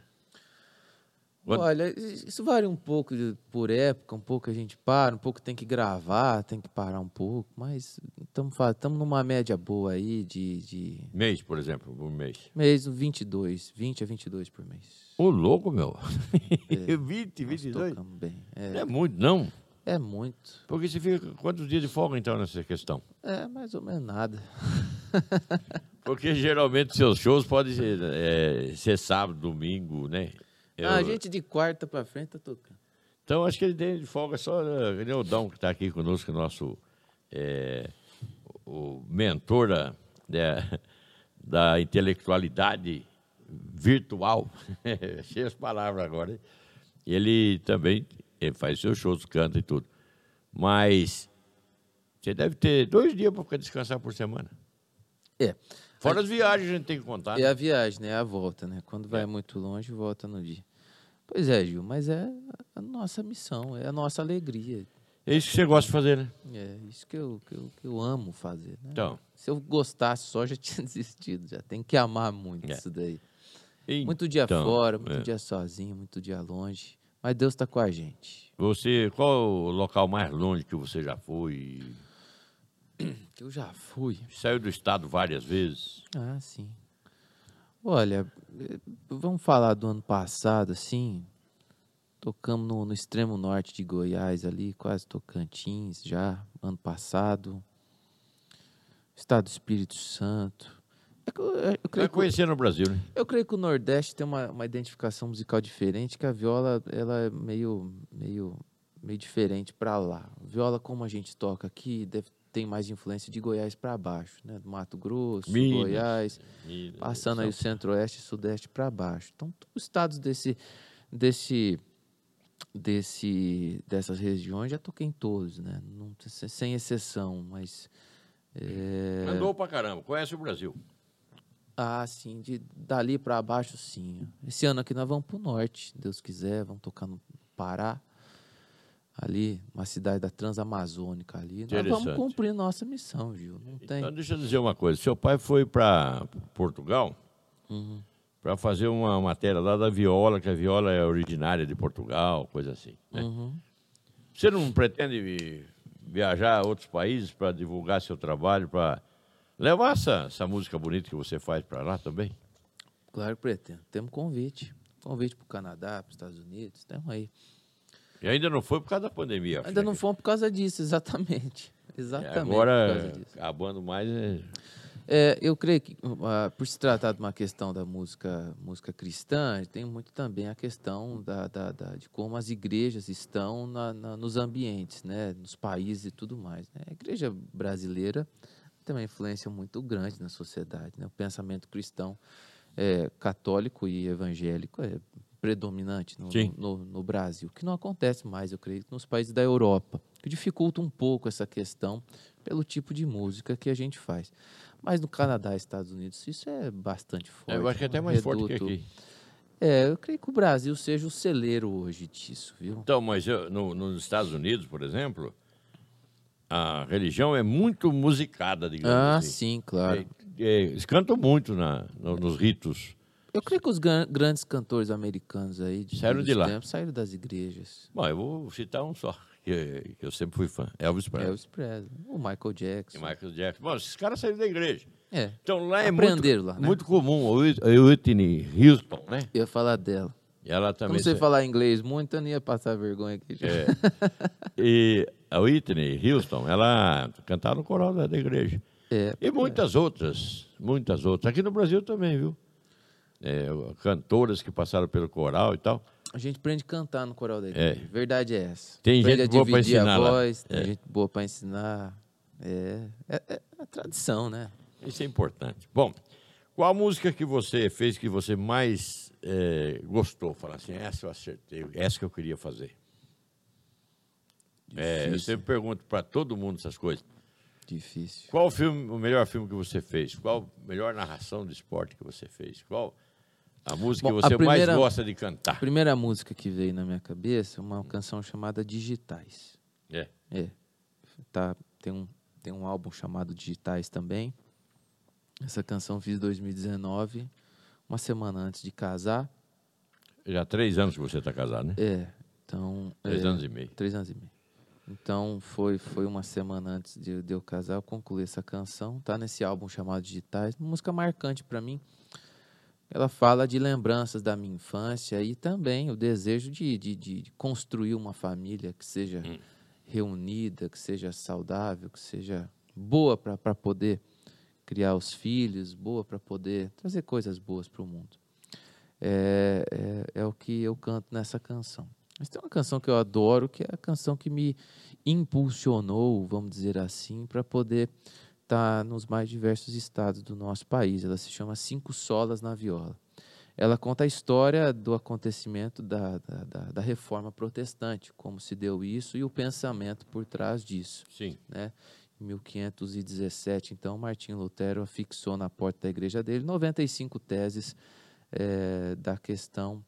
Speaker 1: Quando-
Speaker 2: Olha, isso varia um pouco de- por época, um pouco a gente para, um pouco tem que gravar, tem que parar um pouco, mas estamos numa média boa aí de, de
Speaker 1: Mês, por exemplo, por mês.
Speaker 2: mês 22, 20 a 22 por mês.
Speaker 1: Ô, louco, meu. 20, 22.
Speaker 2: Tocamos bem.
Speaker 1: Não é
Speaker 2: É,
Speaker 1: muito, não.
Speaker 2: é muito.
Speaker 1: Porque você fica quantos dias de folga, então, nessa questão?
Speaker 2: É mais ou menos nada.
Speaker 1: Porque geralmente seus shows podem ser, é, ser sábado, domingo, né? Eu-
Speaker 2: Ah, a gente de quarta para frente tá tocando.
Speaker 1: Então, acho que ele tem de folga só né, que nem o Dão, que está aqui conosco, nosso é, o mentor da, né, da intelectualidade virtual. Achei as palavras agora. hein? Ele também ele faz seus shows, canta e tudo. Mas você deve ter dois dias para descansar por semana.
Speaker 2: É.
Speaker 1: Fora as viagens a gente tem que contar.
Speaker 2: É a viagem, né? É a volta, né? Quando vai muito longe, volta no dia. Pois é, Gil, mas é a nossa missão, é a nossa alegria.
Speaker 1: É isso que você gosta de fazer, né?
Speaker 2: É isso que eu, que eu, que eu amo fazer, né?
Speaker 1: Então.
Speaker 2: Se eu gostasse só, já tinha desistido, já tem que amar muito
Speaker 1: É.
Speaker 2: isso daí.
Speaker 1: Então,
Speaker 2: Muito dia fora, muito
Speaker 1: é.
Speaker 2: dia sozinho, muito dia longe, mas Deus tá com a gente.
Speaker 1: Você, qual é o local mais longe que você já foi?
Speaker 2: Que eu já fui.
Speaker 1: Saiu do estado várias vezes.
Speaker 2: Ah, sim. Olha, eh, vamos falar do ano passado, assim. Tocamos no, no extremo norte de Goiás ali, quase Tocantins já, ano passado. Estado do Espírito Santo. É que Eu, eu
Speaker 1: Vai
Speaker 2: creio que,
Speaker 1: conhecer no Brasil, né?
Speaker 2: eu creio que o Nordeste tem uma, uma identificação musical diferente, que a viola ela é meio, meio, meio diferente para lá. Viola, como a gente toca aqui, deve, tem mais influência de Goiás para baixo, né? Do Mato Grosso,
Speaker 1: Minas.
Speaker 2: Goiás
Speaker 1: E-
Speaker 2: passando aí o centro-oeste e sudeste para baixo. Então, t- os estados desse, desse, desse, dessas regiões já toquei em todos, né? Não, se- sem exceção, mas
Speaker 1: Andou pra caramba, conhece o Brasil.
Speaker 2: ah, sim, de dali para baixo, sim. Esse ano aqui nós vamos para o norte, Deus quiser, vamos tocar no Pará. Ali, uma cidade da Transamazônica ali. Nós vamos
Speaker 1: Interessante.
Speaker 2: cumprir nossa missão, Gil. Não tem.
Speaker 1: Então, deixa eu dizer uma coisa. Seu pai foi para Portugal Uhum. para fazer uma matéria lá da viola, que a viola é originária de Portugal, coisa assim. né? Você não pretende vi- viajar a outros países para divulgar seu trabalho, para levar essa, essa música bonita que você faz para lá também?
Speaker 2: Claro que pretendo. Temos convite. Convite para o Canadá, para os Estados Unidos. Temos aí.
Speaker 1: E ainda não foi por causa da pandemia. acho,
Speaker 2: Ainda
Speaker 1: né?
Speaker 2: não foram por causa disso, exatamente. Exatamente.
Speaker 1: É,
Speaker 2: por
Speaker 1: Agora,
Speaker 2: causa disso.
Speaker 1: acabando mais, é,
Speaker 2: É, eu creio que, ah, por se tratar de uma questão da música, música cristã, tem muito também a questão da, da- da- de como as igrejas estão na- na- nos ambientes, né, nos países e tudo mais. né. A igreja brasileira tem uma influência muito grande na sociedade. Né? O pensamento cristão é, católico e evangélico é predominante no,
Speaker 1: Sim.
Speaker 2: no, no Brasil, que não acontece mais, eu creio, nos países da Europa, que dificulta um pouco essa questão pelo tipo de música que a gente faz. Mas no Canadá e Estados Unidos isso é bastante forte.
Speaker 1: eu acho que é até
Speaker 2: um
Speaker 1: mais forte que
Speaker 2: reduto.
Speaker 1: aqui.
Speaker 2: É, eu creio que o Brasil seja o celeiro hoje disso, viu?
Speaker 1: Então, mas eu- no- nos Estados Unidos, por exemplo, a religião é muito musicada, digamos
Speaker 2: Ah,
Speaker 1: assim.
Speaker 2: sim, claro.
Speaker 1: É, é, eles cantam muito na- no- nos ritos.
Speaker 2: Eu creio que os gran- grandes cantores americanos aí de
Speaker 1: Saíram
Speaker 2: todos
Speaker 1: de
Speaker 2: os
Speaker 1: lá.
Speaker 2: tempos saíram das igrejas.
Speaker 1: Bom, eu vou citar um só, que, que eu sempre fui fã. Elvis Presley
Speaker 2: Elvis Presley, o Michael
Speaker 1: e
Speaker 2: Jackson.
Speaker 1: Michael Jackson. Bom, esses caras saíram da igreja.
Speaker 2: É.
Speaker 1: Então lá é muito,
Speaker 2: Aprenderam lá, né?
Speaker 1: muito comum o Whit- a Whitney Houston, né?
Speaker 2: Eu ia falar dela.
Speaker 1: E ela
Speaker 2: Como
Speaker 1: também.
Speaker 2: você
Speaker 1: sa-
Speaker 2: falar inglês muito, eu não ia passar vergonha aqui.
Speaker 1: É. E a Whitney Houston, ela cantava no coral da da igreja.
Speaker 2: É,
Speaker 1: E muitas outras, muitas outras. Aqui no Brasil também, viu? É, cantoras que passaram pelo coral e tal.
Speaker 2: A gente aprende a cantar no coral da
Speaker 1: É.
Speaker 2: igreja. Verdade é essa.
Speaker 1: Tem
Speaker 2: aprende
Speaker 1: gente
Speaker 2: a
Speaker 1: boa pra
Speaker 2: dividir
Speaker 1: ensinar
Speaker 2: a
Speaker 1: lá.
Speaker 2: voz, tem
Speaker 1: É.
Speaker 2: gente boa pra ensinar. É. É, é a tradição, né?
Speaker 1: Isso é importante. Bom, qual a música que você fez que você mais eh, gostou? Falar assim, essa eu acertei, essa que eu queria fazer. É, eu
Speaker 2: Difícil.
Speaker 1: sempre pergunto para todo mundo essas coisas.
Speaker 2: Difícil.
Speaker 1: Qual o filme, o melhor filme que você fez? Qual a melhor narração de esporte que você fez? Qual a música
Speaker 2: Bom,
Speaker 1: que
Speaker 2: a
Speaker 1: você
Speaker 2: primeira-
Speaker 1: mais gosta de cantar?
Speaker 2: A primeira música que veio na minha cabeça é uma canção chamada Digitais.
Speaker 1: É.
Speaker 2: É. Tá, tem, um, tem um álbum chamado Digitais também. Essa canção eu fiz em 2019, uma semana antes de casar.
Speaker 1: Já há três anos que você está casado, né?
Speaker 2: É, então.
Speaker 1: Três
Speaker 2: é,
Speaker 1: anos e meio.
Speaker 2: Três anos e meio. Então foi, foi uma semana antes de, de eu casar, eu concluí essa canção, tá nesse álbum chamado Digitais, uma música marcante pra mim. Ela fala de lembranças da minha infância e também o desejo de, de, de- de construir uma família que seja
Speaker 1: Hum.
Speaker 2: reunida, que seja saudável, que seja boa para poder criar os filhos, boa para poder trazer coisas boas para o mundo. É, é, é o que eu canto nessa canção. Mas tem uma canção que eu adoro, que é a canção que me impulsionou, vamos dizer assim, para poder tá estar nos mais diversos estados do nosso país. Ela se chama Cinco Solas na Viola. ela conta a história do acontecimento da, da, da- da reforma protestante, como se deu isso e o pensamento por trás disso.
Speaker 1: Sim.
Speaker 2: Né? Em 1517, então, Martinho Lutero fixou na porta da igreja dele 95 teses eh, da questão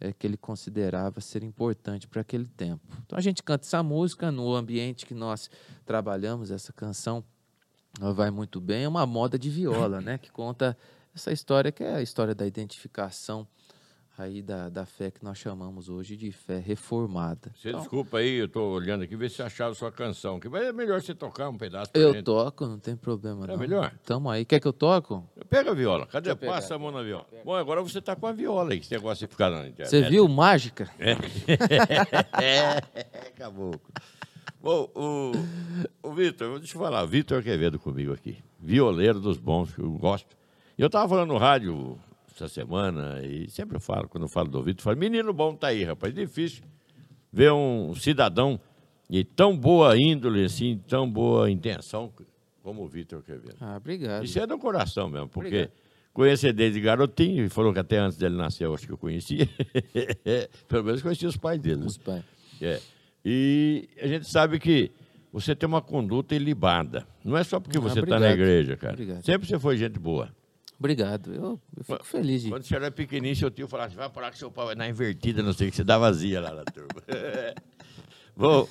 Speaker 2: eh, que ele considerava ser importante para aquele tempo. Então, a gente canta essa música no ambiente que nós trabalhamos, essa canção ela vai muito bem. É uma moda de viola, né? Que conta essa história, que é a história da identificação aí da, da fé que nós chamamos hoje de fé reformada.
Speaker 1: Você
Speaker 2: Então,
Speaker 1: desculpa aí, eu estou olhando aqui, ver se acharam sua canção. Que vai- é melhor você tocar um pedaço pra
Speaker 2: eu
Speaker 1: gente.
Speaker 2: toco, não tem problema
Speaker 1: É
Speaker 2: não.
Speaker 1: melhor?
Speaker 2: Tamo aí. Quer que eu toco?
Speaker 1: Pega a viola. Cadê?
Speaker 2: eu pegar.
Speaker 1: Passa a mão na viola. Bom, agora você está com a viola aí, esse negócio de ficar na internet.
Speaker 2: Você viu Mágica?
Speaker 1: É, caboclo. Bom, o, o Vitor, deixa eu falar. Vitor Quevedo comigo aqui. Violeiro dos bons, que eu gosto. Eu estava falando no rádio essa semana, e sempre eu falo, quando eu falo do Vitor, eu falo, menino bom tá aí, rapaz. Difícil ver um cidadão de tão boa índole, assim, tão boa intenção como o Vitor Quevedo.
Speaker 2: Ah, obrigado.
Speaker 1: Isso é do coração mesmo, porque
Speaker 2: Obrigado.
Speaker 1: conheci ele desde garotinho, e falou que até antes dele nascer, eu acho que eu conhecia. Pelo menos conhecia os pais dele. né?
Speaker 2: Os pais.
Speaker 1: É. E a gente sabe que você tem uma conduta ilibada. Não é só porque
Speaker 2: Ah,
Speaker 1: você está na
Speaker 2: obrigado.
Speaker 1: igreja, cara.
Speaker 2: Obrigado.
Speaker 1: Sempre você foi gente boa.
Speaker 2: Obrigado. Eu, eu fico feliz de...
Speaker 1: Quando você era pequenininho, seu tio falava assim, vai parar que seu pai vai na invertida, não sei o que, você dá vazia lá na turma. Bom,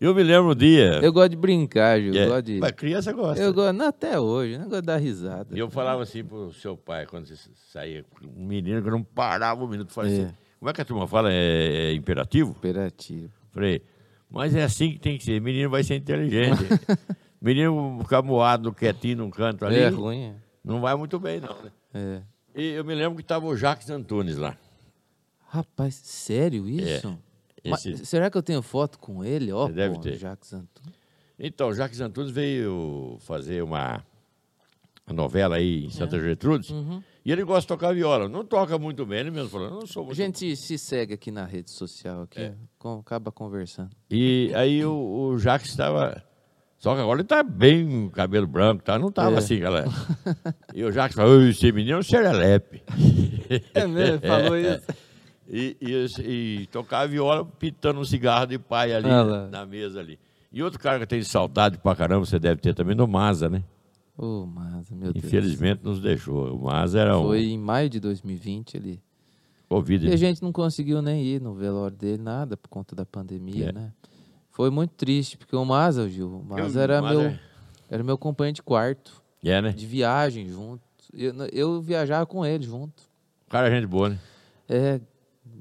Speaker 1: eu me lembro um dia...
Speaker 2: Eu gosto de brincar, Gil.
Speaker 1: É,
Speaker 2: Eu gosto de...
Speaker 1: mas criança gosta.
Speaker 2: Eu gosto... Não, até hoje. Eu não gosto de dar risada.
Speaker 1: E eu falava assim pro seu pai, quando você saía, um menino que não parava um minuto, falava
Speaker 2: É.
Speaker 1: assim, como é que a turma fala? É, é imperativo?
Speaker 2: Imperativo.
Speaker 1: Falei, mas é assim que tem que ser, menino vai ser inteligente. menino ficar moado, quietinho num canto Tá ali,
Speaker 2: É ruim, é?
Speaker 1: não vai muito bem não. né?
Speaker 2: é.
Speaker 1: E eu me lembro que estava o Jacques Antunes lá.
Speaker 2: Rapaz, sério isso? Mas
Speaker 1: É. esse-
Speaker 2: será que eu tenho foto com ele? Ó,
Speaker 1: Você deve
Speaker 2: pô,
Speaker 1: ter.
Speaker 2: Jacques Antunes.
Speaker 1: Então, o Jacques Antunes veio fazer uma uma novela aí em
Speaker 2: É.
Speaker 1: Santa Gertrudes,
Speaker 2: Uhum.
Speaker 1: e ele gosta de tocar viola. Não toca muito bem, ele mesmo falou, eu não sou
Speaker 2: A
Speaker 1: muito
Speaker 2: gente se segue aqui na rede social, aqui,
Speaker 1: É.
Speaker 2: com- acaba conversando.
Speaker 1: E aí o, o Jacques estava. Só que agora ele está bem, o cabelo branco, tá? não estava
Speaker 2: É.
Speaker 1: assim, galera. E o Jacques falou: "Ui, esse menino é um serelepe.
Speaker 2: É mesmo? Falou isso?
Speaker 1: E, e, esse- e tocava viola pitando um cigarro de pai ali né,
Speaker 2: Ah lá.
Speaker 1: na mesa ali. E outro cara que eu tenho saudade pra caramba, você deve ter também, do Maza, né?
Speaker 2: Ô, mas, meu Deus.
Speaker 1: Infelizmente nos deixou. O Maza era um
Speaker 2: Foi em maio de 2020 ele.
Speaker 1: Covid. né?
Speaker 2: E a gente não conseguiu nem ir no velório dele, nada, por conta da pandemia,
Speaker 1: É.
Speaker 2: né? Foi muito triste, porque o Maza, Gil, o Maza
Speaker 1: o
Speaker 2: era,
Speaker 1: Maza
Speaker 2: meu,
Speaker 1: é-
Speaker 2: era meu companheiro de quarto,
Speaker 1: É, né?
Speaker 2: de viagem junto. Eu, eu viajava com ele junto.
Speaker 1: O cara é gente boa, né?
Speaker 2: É,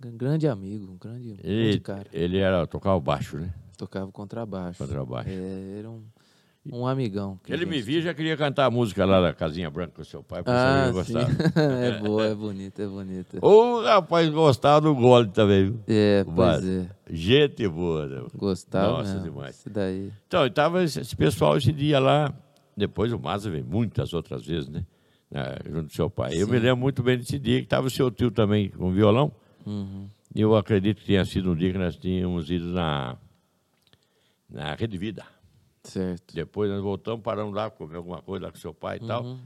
Speaker 2: g- grande amigo, um grande, grande
Speaker 1: Ele,
Speaker 2: cara.
Speaker 1: ele era tocava baixo, né?
Speaker 2: Tocava contrabaixo.
Speaker 1: Contrabaixo.
Speaker 2: É, era um, um amigão. que a
Speaker 1: Ele me
Speaker 2: gente-
Speaker 1: via e já queria cantar a música lá da Casinha Branca com seu pai, porque
Speaker 2: Ah,
Speaker 1: eu
Speaker 2: sim.
Speaker 1: gostava.
Speaker 2: é boa, é bonita, é bonita.
Speaker 1: O rapaz gostava do gole também, viu?
Speaker 2: É,
Speaker 1: O
Speaker 2: pois
Speaker 1: Vaz.
Speaker 2: é.
Speaker 1: Gente boa, né?
Speaker 2: Gostava
Speaker 1: Nossa,
Speaker 2: mesmo.
Speaker 1: demais.
Speaker 2: Esse daí.
Speaker 1: Então, e tava esse esse pessoal esse dia lá. Depois o Maza veio muitas outras vezes, né? Ah, junto do seu pai. Eu me lembro muito bem desse dia que estava o seu tio também com violão.
Speaker 2: Uhum.
Speaker 1: E eu acredito que tenha sido um dia que nós tínhamos ido na, na Rede Vida.
Speaker 2: Certo.
Speaker 1: Depois nós voltamos, paramos lá, comer alguma coisa lá com seu pai e
Speaker 2: Uhum.
Speaker 1: tal.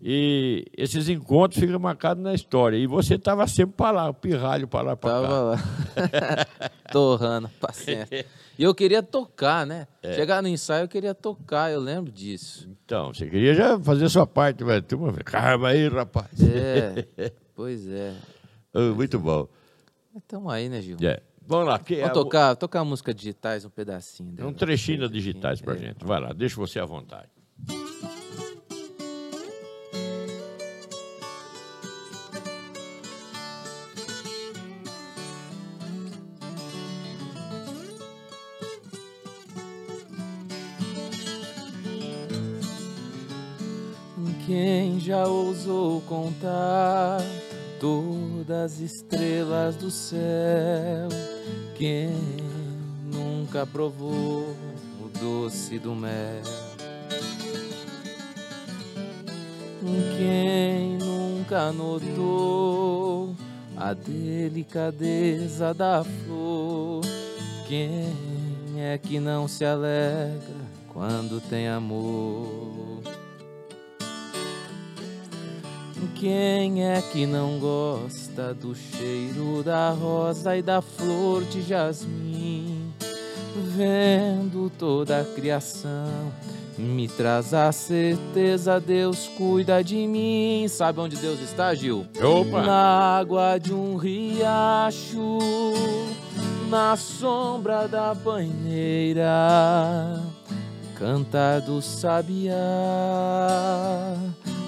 Speaker 1: E esses encontros ficam marcados na história. E você estava sempre para lá, pirralho para lá, para
Speaker 2: Tava
Speaker 1: cá.
Speaker 2: lá. Torrando, paciência. E eu queria tocar, né?
Speaker 1: É.
Speaker 2: Chegar no ensaio, eu queria tocar, eu lembro disso.
Speaker 1: Então, você queria já fazer a sua parte, mas a turma fala, caramba aí, rapaz.
Speaker 2: É, pois é.
Speaker 1: Ah, Muito bom.
Speaker 2: Estamos aí, né, Gil?
Speaker 1: É. Vamos lá. Que
Speaker 2: Vamos tocar, tocar música digitais um pedacinho
Speaker 1: Um
Speaker 2: dela.
Speaker 1: trechinho das digitais
Speaker 2: É.
Speaker 1: para gente. Vai lá, deixa você à vontade.
Speaker 2: Quem já ousou contar todas as estrelas do céu? Quem nunca provou o doce do mel? Quem nunca notou a delicadeza da flor? Quem é que não se alegra quando tem amor? Quem é que não gosta do cheiro da rosa e da flor de jasmim? Vendo toda a criação, me traz a certeza, Deus cuida de mim. Sabe onde Deus está, Gil?
Speaker 1: Opa!
Speaker 2: Na água de um riacho, na sombra da banheira, cantar do sabiá,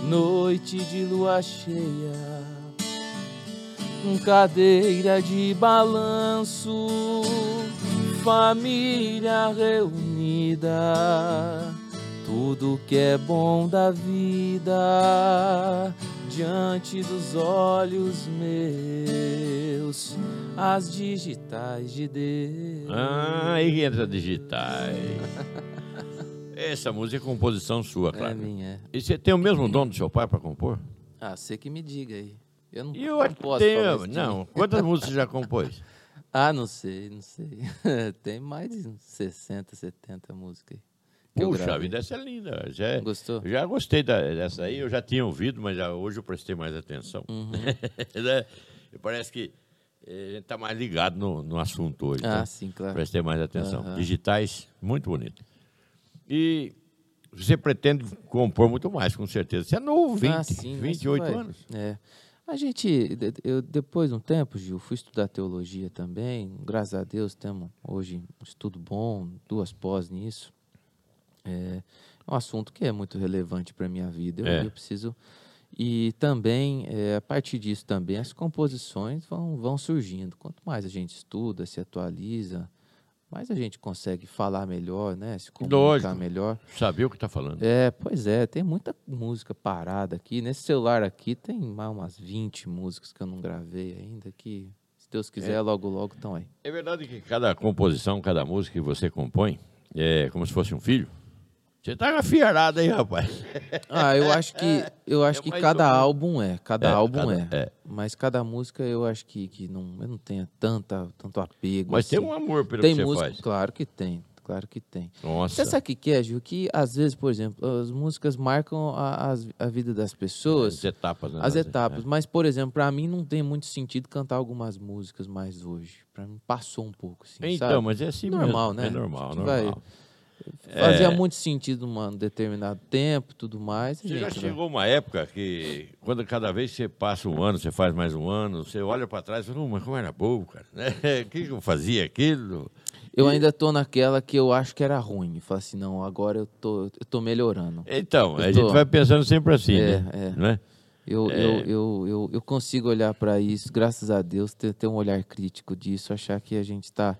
Speaker 2: noite de lua cheia, cadeira de balanço, família reunida. Tudo que é bom da vida diante dos olhos meus, as digitais de Deus.
Speaker 1: Ah, aí entra digitais. Essa música é composição sua,
Speaker 2: é
Speaker 1: claro.
Speaker 2: minha.
Speaker 1: E você tem o mesmo dom do seu pai para compor?
Speaker 2: Ah, você que me diga aí. Eu não,
Speaker 1: E eu
Speaker 2: não
Speaker 1: acho que
Speaker 2: posso falar
Speaker 1: tenho.
Speaker 2: isso né? de mim.
Speaker 1: Não, quantas músicas você já compôs?
Speaker 2: Ah, não sei, não sei. Tem mais de 60, 70 músicas aí. que eu
Speaker 1: Puxa, a
Speaker 2: gravei.
Speaker 1: vida essa é linda. Já,
Speaker 2: Gostou?
Speaker 1: já gostei da- dessa aí, eu já tinha ouvido, mas já- hoje eu prestei mais atenção.
Speaker 2: Uhum.
Speaker 1: Né? E Parece que eh, a gente está mais ligado no, no assunto hoje.
Speaker 2: Ah,
Speaker 1: né?
Speaker 2: sim, claro.
Speaker 1: Prestei mais atenção.
Speaker 2: Aham.
Speaker 1: Digitais, muito bonito. E você pretende compor muito mais, com certeza. Você é novo, 20,
Speaker 2: Ah, sim, mas
Speaker 1: 28
Speaker 2: vai-
Speaker 1: anos.
Speaker 2: É. A gente, de- eu, depois de um tempo, Gil, fui estudar teologia também. Graças a Deus temos hoje um estudo bom, duas pós nisso. É, é um assunto que é muito relevante para minha vida. Eu,
Speaker 1: É.
Speaker 2: eu preciso. E também, é, a partir disso também, as composições vão, vão surgindo. Quanto mais a gente estuda, se atualiza, mais a gente consegue falar melhor, né? Se comunicar
Speaker 1: Lógico.
Speaker 2: melhor.
Speaker 1: Sabia o que está falando.
Speaker 2: É, pois é, tem muita música parada aqui. Nesse celular aqui tem mais umas 20 músicas que eu não gravei ainda, que se Deus quiser, logo, logo estão aí.
Speaker 1: É verdade que cada composição, cada música que você compõe é como se fosse um filho? Você tá afiarado aí, rapaz.
Speaker 2: Ah, eu acho que eu acho
Speaker 1: É
Speaker 2: que
Speaker 1: mais
Speaker 2: cada
Speaker 1: ou menos.
Speaker 2: álbum é, cada
Speaker 1: É,
Speaker 2: álbum
Speaker 1: cada-
Speaker 2: é.
Speaker 1: é.
Speaker 2: Mas cada música eu acho que, que não, eu não tenho tanta, tanto apego.
Speaker 1: Mas tem
Speaker 2: assim.
Speaker 1: um amor pelo
Speaker 2: Tem
Speaker 1: que você
Speaker 2: música,
Speaker 1: faz.
Speaker 2: claro que tem, claro que tem.
Speaker 1: Nossa.
Speaker 2: Você sabe o que que é, Gil? Que às vezes, por exemplo, as músicas marcam a, as- a vida das pessoas.
Speaker 1: As etapas, né?
Speaker 2: As etapas, mas por exemplo, pra mim não tem muito sentido cantar algumas músicas mais hoje. Pra mim passou um pouco, assim,
Speaker 1: Então,
Speaker 2: sabe?
Speaker 1: mas é assim
Speaker 2: Normal,
Speaker 1: mesmo.
Speaker 2: né?
Speaker 1: É normal,
Speaker 2: A gente vai-
Speaker 1: normal. É.
Speaker 2: Fazia muito sentido num determinado tempo, tudo mais. e
Speaker 1: Você
Speaker 2: gente,
Speaker 1: já
Speaker 2: vai-
Speaker 1: chegou uma época que, quando cada vez que você passa um ano, você faz mais um ano, você olha pra trás e fala, "Não, mas como era bobo, cara? né? O que que eu fazia aquilo?
Speaker 2: Eu ainda tô naquela que eu acho que era ruim. Eu Falo assim, não, agora eu tô, eu tô melhorando.
Speaker 1: Então,
Speaker 2: Eu
Speaker 1: a
Speaker 2: tô-
Speaker 1: gente vai pensando sempre assim,
Speaker 2: É,
Speaker 1: né?
Speaker 2: é.
Speaker 1: Não é?
Speaker 2: Eu, eu, eu, eu, eu consigo olhar pra isso, graças a Deus, ter, ter um olhar crítico disso, achar que a gente tá,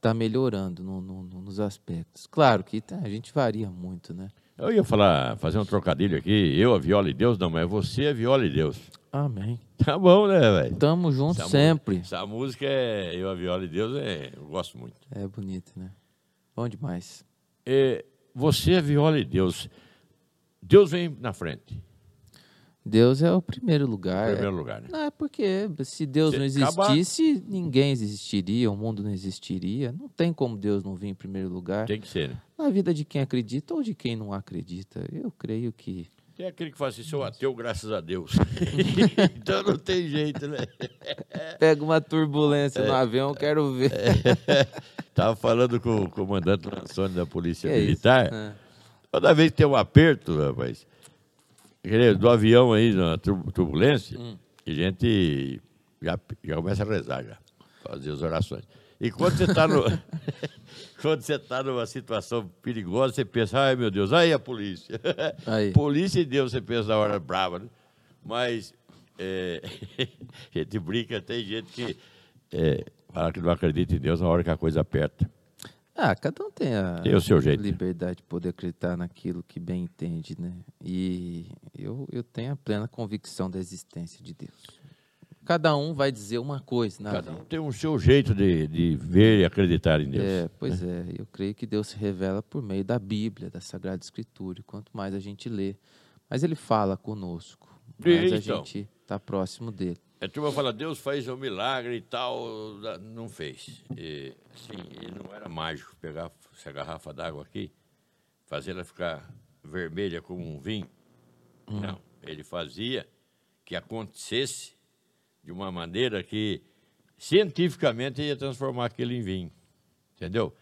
Speaker 2: tá melhorando no- no- no- nos aspectos. Claro que tá, a gente varia muito, né?
Speaker 1: Eu ia falar, fazer um trocadilho aqui, eu a Viola e Deus, não, mas você a Viola e Deus.
Speaker 2: Amém.
Speaker 1: Tá bom, né, velho?
Speaker 2: Tamo junto
Speaker 1: Essa mu-
Speaker 2: sempre.
Speaker 1: Essa música é Eu, a Viola e Deus, é, eu gosto muito.
Speaker 2: É bonito, né? Bom demais.
Speaker 1: É, você é Viola e Deus. Deus vem na frente,
Speaker 2: Deus é o primeiro lugar.
Speaker 1: em primeiro lugar. Né?
Speaker 2: Não, é porque se Deus
Speaker 1: Se
Speaker 2: não
Speaker 1: acabar-
Speaker 2: existisse, ninguém existiria, o mundo não existiria. Não tem como Deus não vir em primeiro lugar.
Speaker 1: Tem que ser, né?
Speaker 2: Na vida de quem acredita ou de quem não acredita. Eu creio que.
Speaker 1: Tem aquele que fala assim, sou ateu, graças a Deus. então não tem jeito, né?
Speaker 2: Pega uma turbulência
Speaker 1: É.
Speaker 2: no avião, eu quero ver.
Speaker 1: Estava falando com o comandante Lansone da Polícia
Speaker 2: Que é isso,
Speaker 1: Militar.
Speaker 2: né?
Speaker 1: Toda vez que tem um aperto, rapaz, quer dizer, do avião aí na tur- turbulência,
Speaker 2: Hum.
Speaker 1: a gente já, já começa a rezar, já, fazer as orações. E quando você está no. Quando você está numa situação perigosa, você pensa, ai meu Deus, aí a polícia.
Speaker 2: Aí.
Speaker 1: Polícia e Deus, você pensa na hora brava, né? Mas é, a gente brinca, tem gente que é, fala que não acredita em Deus na hora que a coisa aperta.
Speaker 2: Ah, cada um tem a
Speaker 1: Tem o seu jeito, né?
Speaker 2: liberdade de poder acreditar naquilo que bem entende, né? E eu, eu tenho a plena convicção da existência de Deus. Cada um vai dizer uma coisa na
Speaker 1: Cada
Speaker 2: vida.
Speaker 1: um tem o seu jeito de, de ver e acreditar em Deus.
Speaker 2: É, pois
Speaker 1: né?
Speaker 2: é. Eu creio que Deus se revela por meio da Bíblia, da Sagrada Escritura. E quanto mais a gente lê, mais ele fala conosco. Mais a
Speaker 1: Então.
Speaker 2: gente está próximo dele.
Speaker 1: A turma fala, Deus faz um milagre e tal, da- não fez. E, sim, e não era mágico pegar essa garrafa d'água aqui, fazer ela ficar vermelha como um vinho. Não, ele fazia que acontecesse de uma maneira que cientificamente ia transformar aquilo em vinho. Entendeu?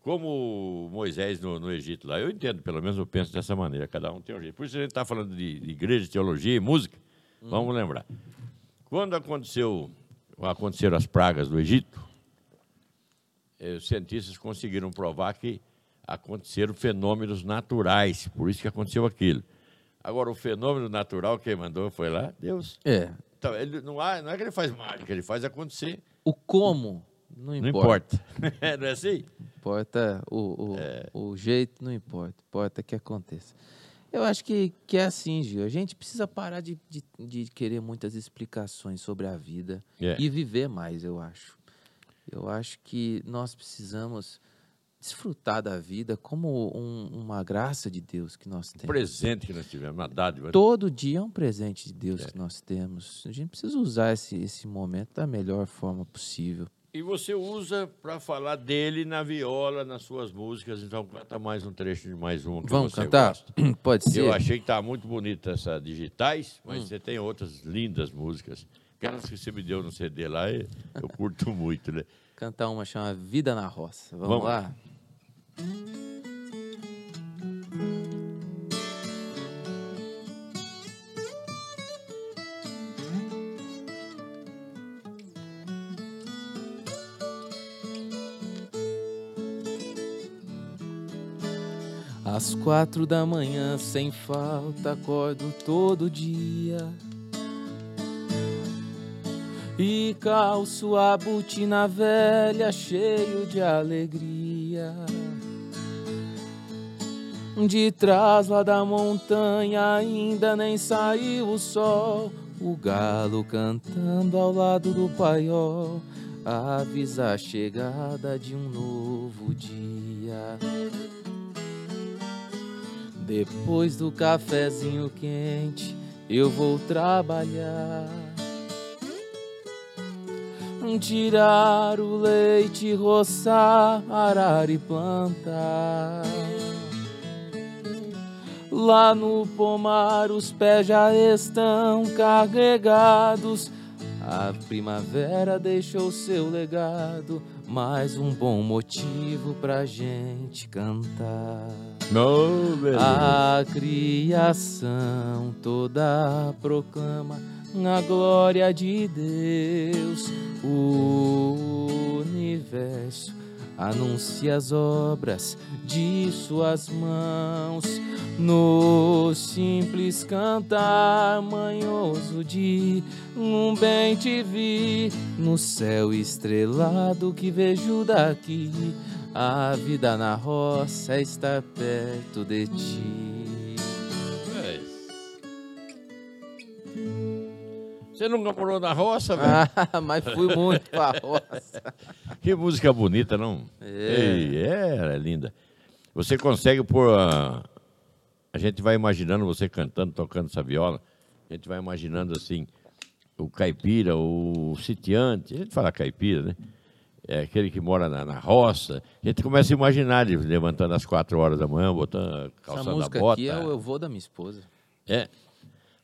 Speaker 1: Como Moisés no, no Egito lá, eu entendo, pelo menos eu penso dessa maneira, cada um tem um jeito. Por isso a gente está falando de, de igreja, de teologia e música. Vamos lembrar. Quando aconteceu, aconteceram as pragas do Egito, eh, os cientistas conseguiram provar que aconteceram fenômenos naturais, por isso que aconteceu aquilo. Agora, o fenômeno natural, quem mandou foi lá Deus.
Speaker 2: É.
Speaker 1: Então, ele não, há- não é que ele faz mágica, ele faz acontecer.
Speaker 2: O como não
Speaker 1: Não
Speaker 2: importa.
Speaker 1: importa. não é assim?
Speaker 2: Importa o, o,
Speaker 1: É.
Speaker 2: o jeito, não importa. Importa que aconteça. Eu acho que, que é assim, Gil. A gente precisa parar de, de, de querer muitas explicações sobre a vida
Speaker 1: É.
Speaker 2: e viver mais, eu acho. Eu acho que nós precisamos desfrutar da vida como um- uma graça de Deus que nós
Speaker 1: O
Speaker 2: temos.
Speaker 1: presente que nós tivemos, uma dádiva.
Speaker 2: Todo dia é um presente de Deus
Speaker 1: É.
Speaker 2: que nós temos. A gente precisa usar esse, esse momento da melhor forma possível.
Speaker 1: E você usa para falar dele na viola, nas suas músicas. Então, canta mais um trecho de mais uma que
Speaker 2: Vamos
Speaker 1: você
Speaker 2: cantar?
Speaker 1: gosta.
Speaker 2: Pode ser?
Speaker 1: Eu achei que tá muito bonita essa digitais, mas você tem outras lindas músicas. Aquelas que você me deu no CD lá, eu eu curto muito, né?
Speaker 2: Cantar uma chama Vida na Roça. Vamos,
Speaker 1: Vamos.
Speaker 2: lá? Às quatro da manhã, sem falta, acordo todo dia. E calço a botina velha, cheio de alegria. De trás lá da montanha ainda nem saiu o sol. O galo cantando ao lado do paiol avisa a chegada de um novo dia. Depois do cafezinho quente, eu vou trabalhar tirar o leite, roçar, arar e plantar. Lá no pomar os pés já estão carregados. A primavera deixou seu legado, mais um bom motivo pra gente cantar.
Speaker 1: Não, beleza.
Speaker 2: A criação toda proclama a glória de Deus. O universo anuncia as obras de suas mãos. No simples cantar manhoso de um bem te vi, no céu estrelado que vejo daqui. A vida na roça está perto de ti.
Speaker 1: Você nunca morou na roça, velho?
Speaker 2: Ah, mas fui muito pra roça.
Speaker 1: Que música bonita, não?
Speaker 2: É.
Speaker 1: Ei, é, ela é linda. Você consegue pôr. A... a gente vai imaginando você cantando, tocando essa viola. A gente vai imaginando assim, o caipira, o sitiante. A gente fala caipira, né? É aquele que mora na, na roça. A gente começa a imaginar ele levantando às quatro horas da manhã, botando calça
Speaker 2: Essa
Speaker 1: na
Speaker 2: música
Speaker 1: bota.
Speaker 2: aqui é o Eu Vou da Minha Esposa.
Speaker 1: É.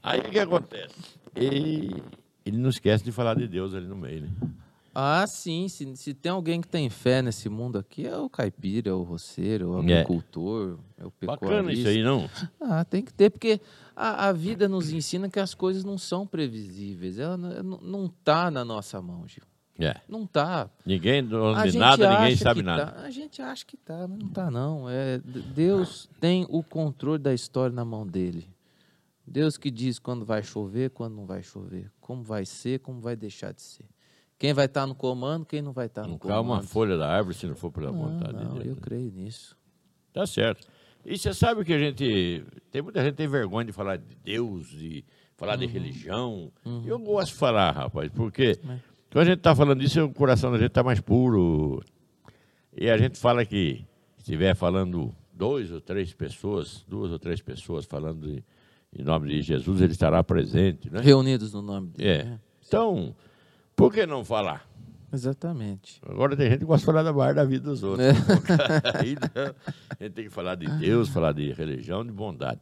Speaker 1: Aí o que acontece? Ele, ele não esquece de falar de Deus ali no meio, né?
Speaker 2: Ah, sim. Se, se tem alguém que tem fé nesse mundo aqui, é o caipira, é o roceiro,
Speaker 1: É.
Speaker 2: é o agricultor, é, o pecuarista.
Speaker 1: Bacana isso aí, né? não?
Speaker 2: Ah, tem que ter, porque a, a vida nos ensina que as coisas não são previsíveis. Ela n- n- não tá na nossa mão, Gil.
Speaker 1: É.
Speaker 2: Não tá.
Speaker 1: Ninguém é
Speaker 2: A
Speaker 1: dono de
Speaker 2: gente
Speaker 1: nada, ninguém
Speaker 2: acha
Speaker 1: sabe
Speaker 2: que
Speaker 1: nada.
Speaker 2: tá. A gente acha que tá, mas não tá não. É, D- Deus tem o controle da história na mão dele. Deus que diz quando vai chover, quando não vai chover, como vai ser, como vai deixar de ser. Quem vai estar no comando, quem não vai estar no
Speaker 1: Não cai
Speaker 2: comando.
Speaker 1: uma folha da árvore se não for pela
Speaker 2: Não,
Speaker 1: vontade
Speaker 2: não,
Speaker 1: tá de né?
Speaker 2: eu
Speaker 1: Deus.
Speaker 2: creio nisso.
Speaker 1: Tá certo. E você sabe que a gente. Tem muita gente que tem vergonha de falar de Deus, de falar
Speaker 2: Uhum.
Speaker 1: de religião. Eu gosto de falar, rapaz, porque
Speaker 2: É.
Speaker 1: quando a gente tá falando disso, o coração da gente tá mais puro. E a gente fala que se estiver falando dois ou três pessoas, duas ou três pessoas falando de- em nome de Jesus, ele estará presente, né?
Speaker 2: Reunidos no nome dele.
Speaker 1: É.
Speaker 2: né?
Speaker 1: Então, por que não falar?
Speaker 2: Exatamente.
Speaker 1: Agora tem gente que gosta de falar da barra da vida dos outros. né,
Speaker 2: É. Ah.
Speaker 1: Aí né, não. a gente tem que falar de Deus, falar de religião, de bondade.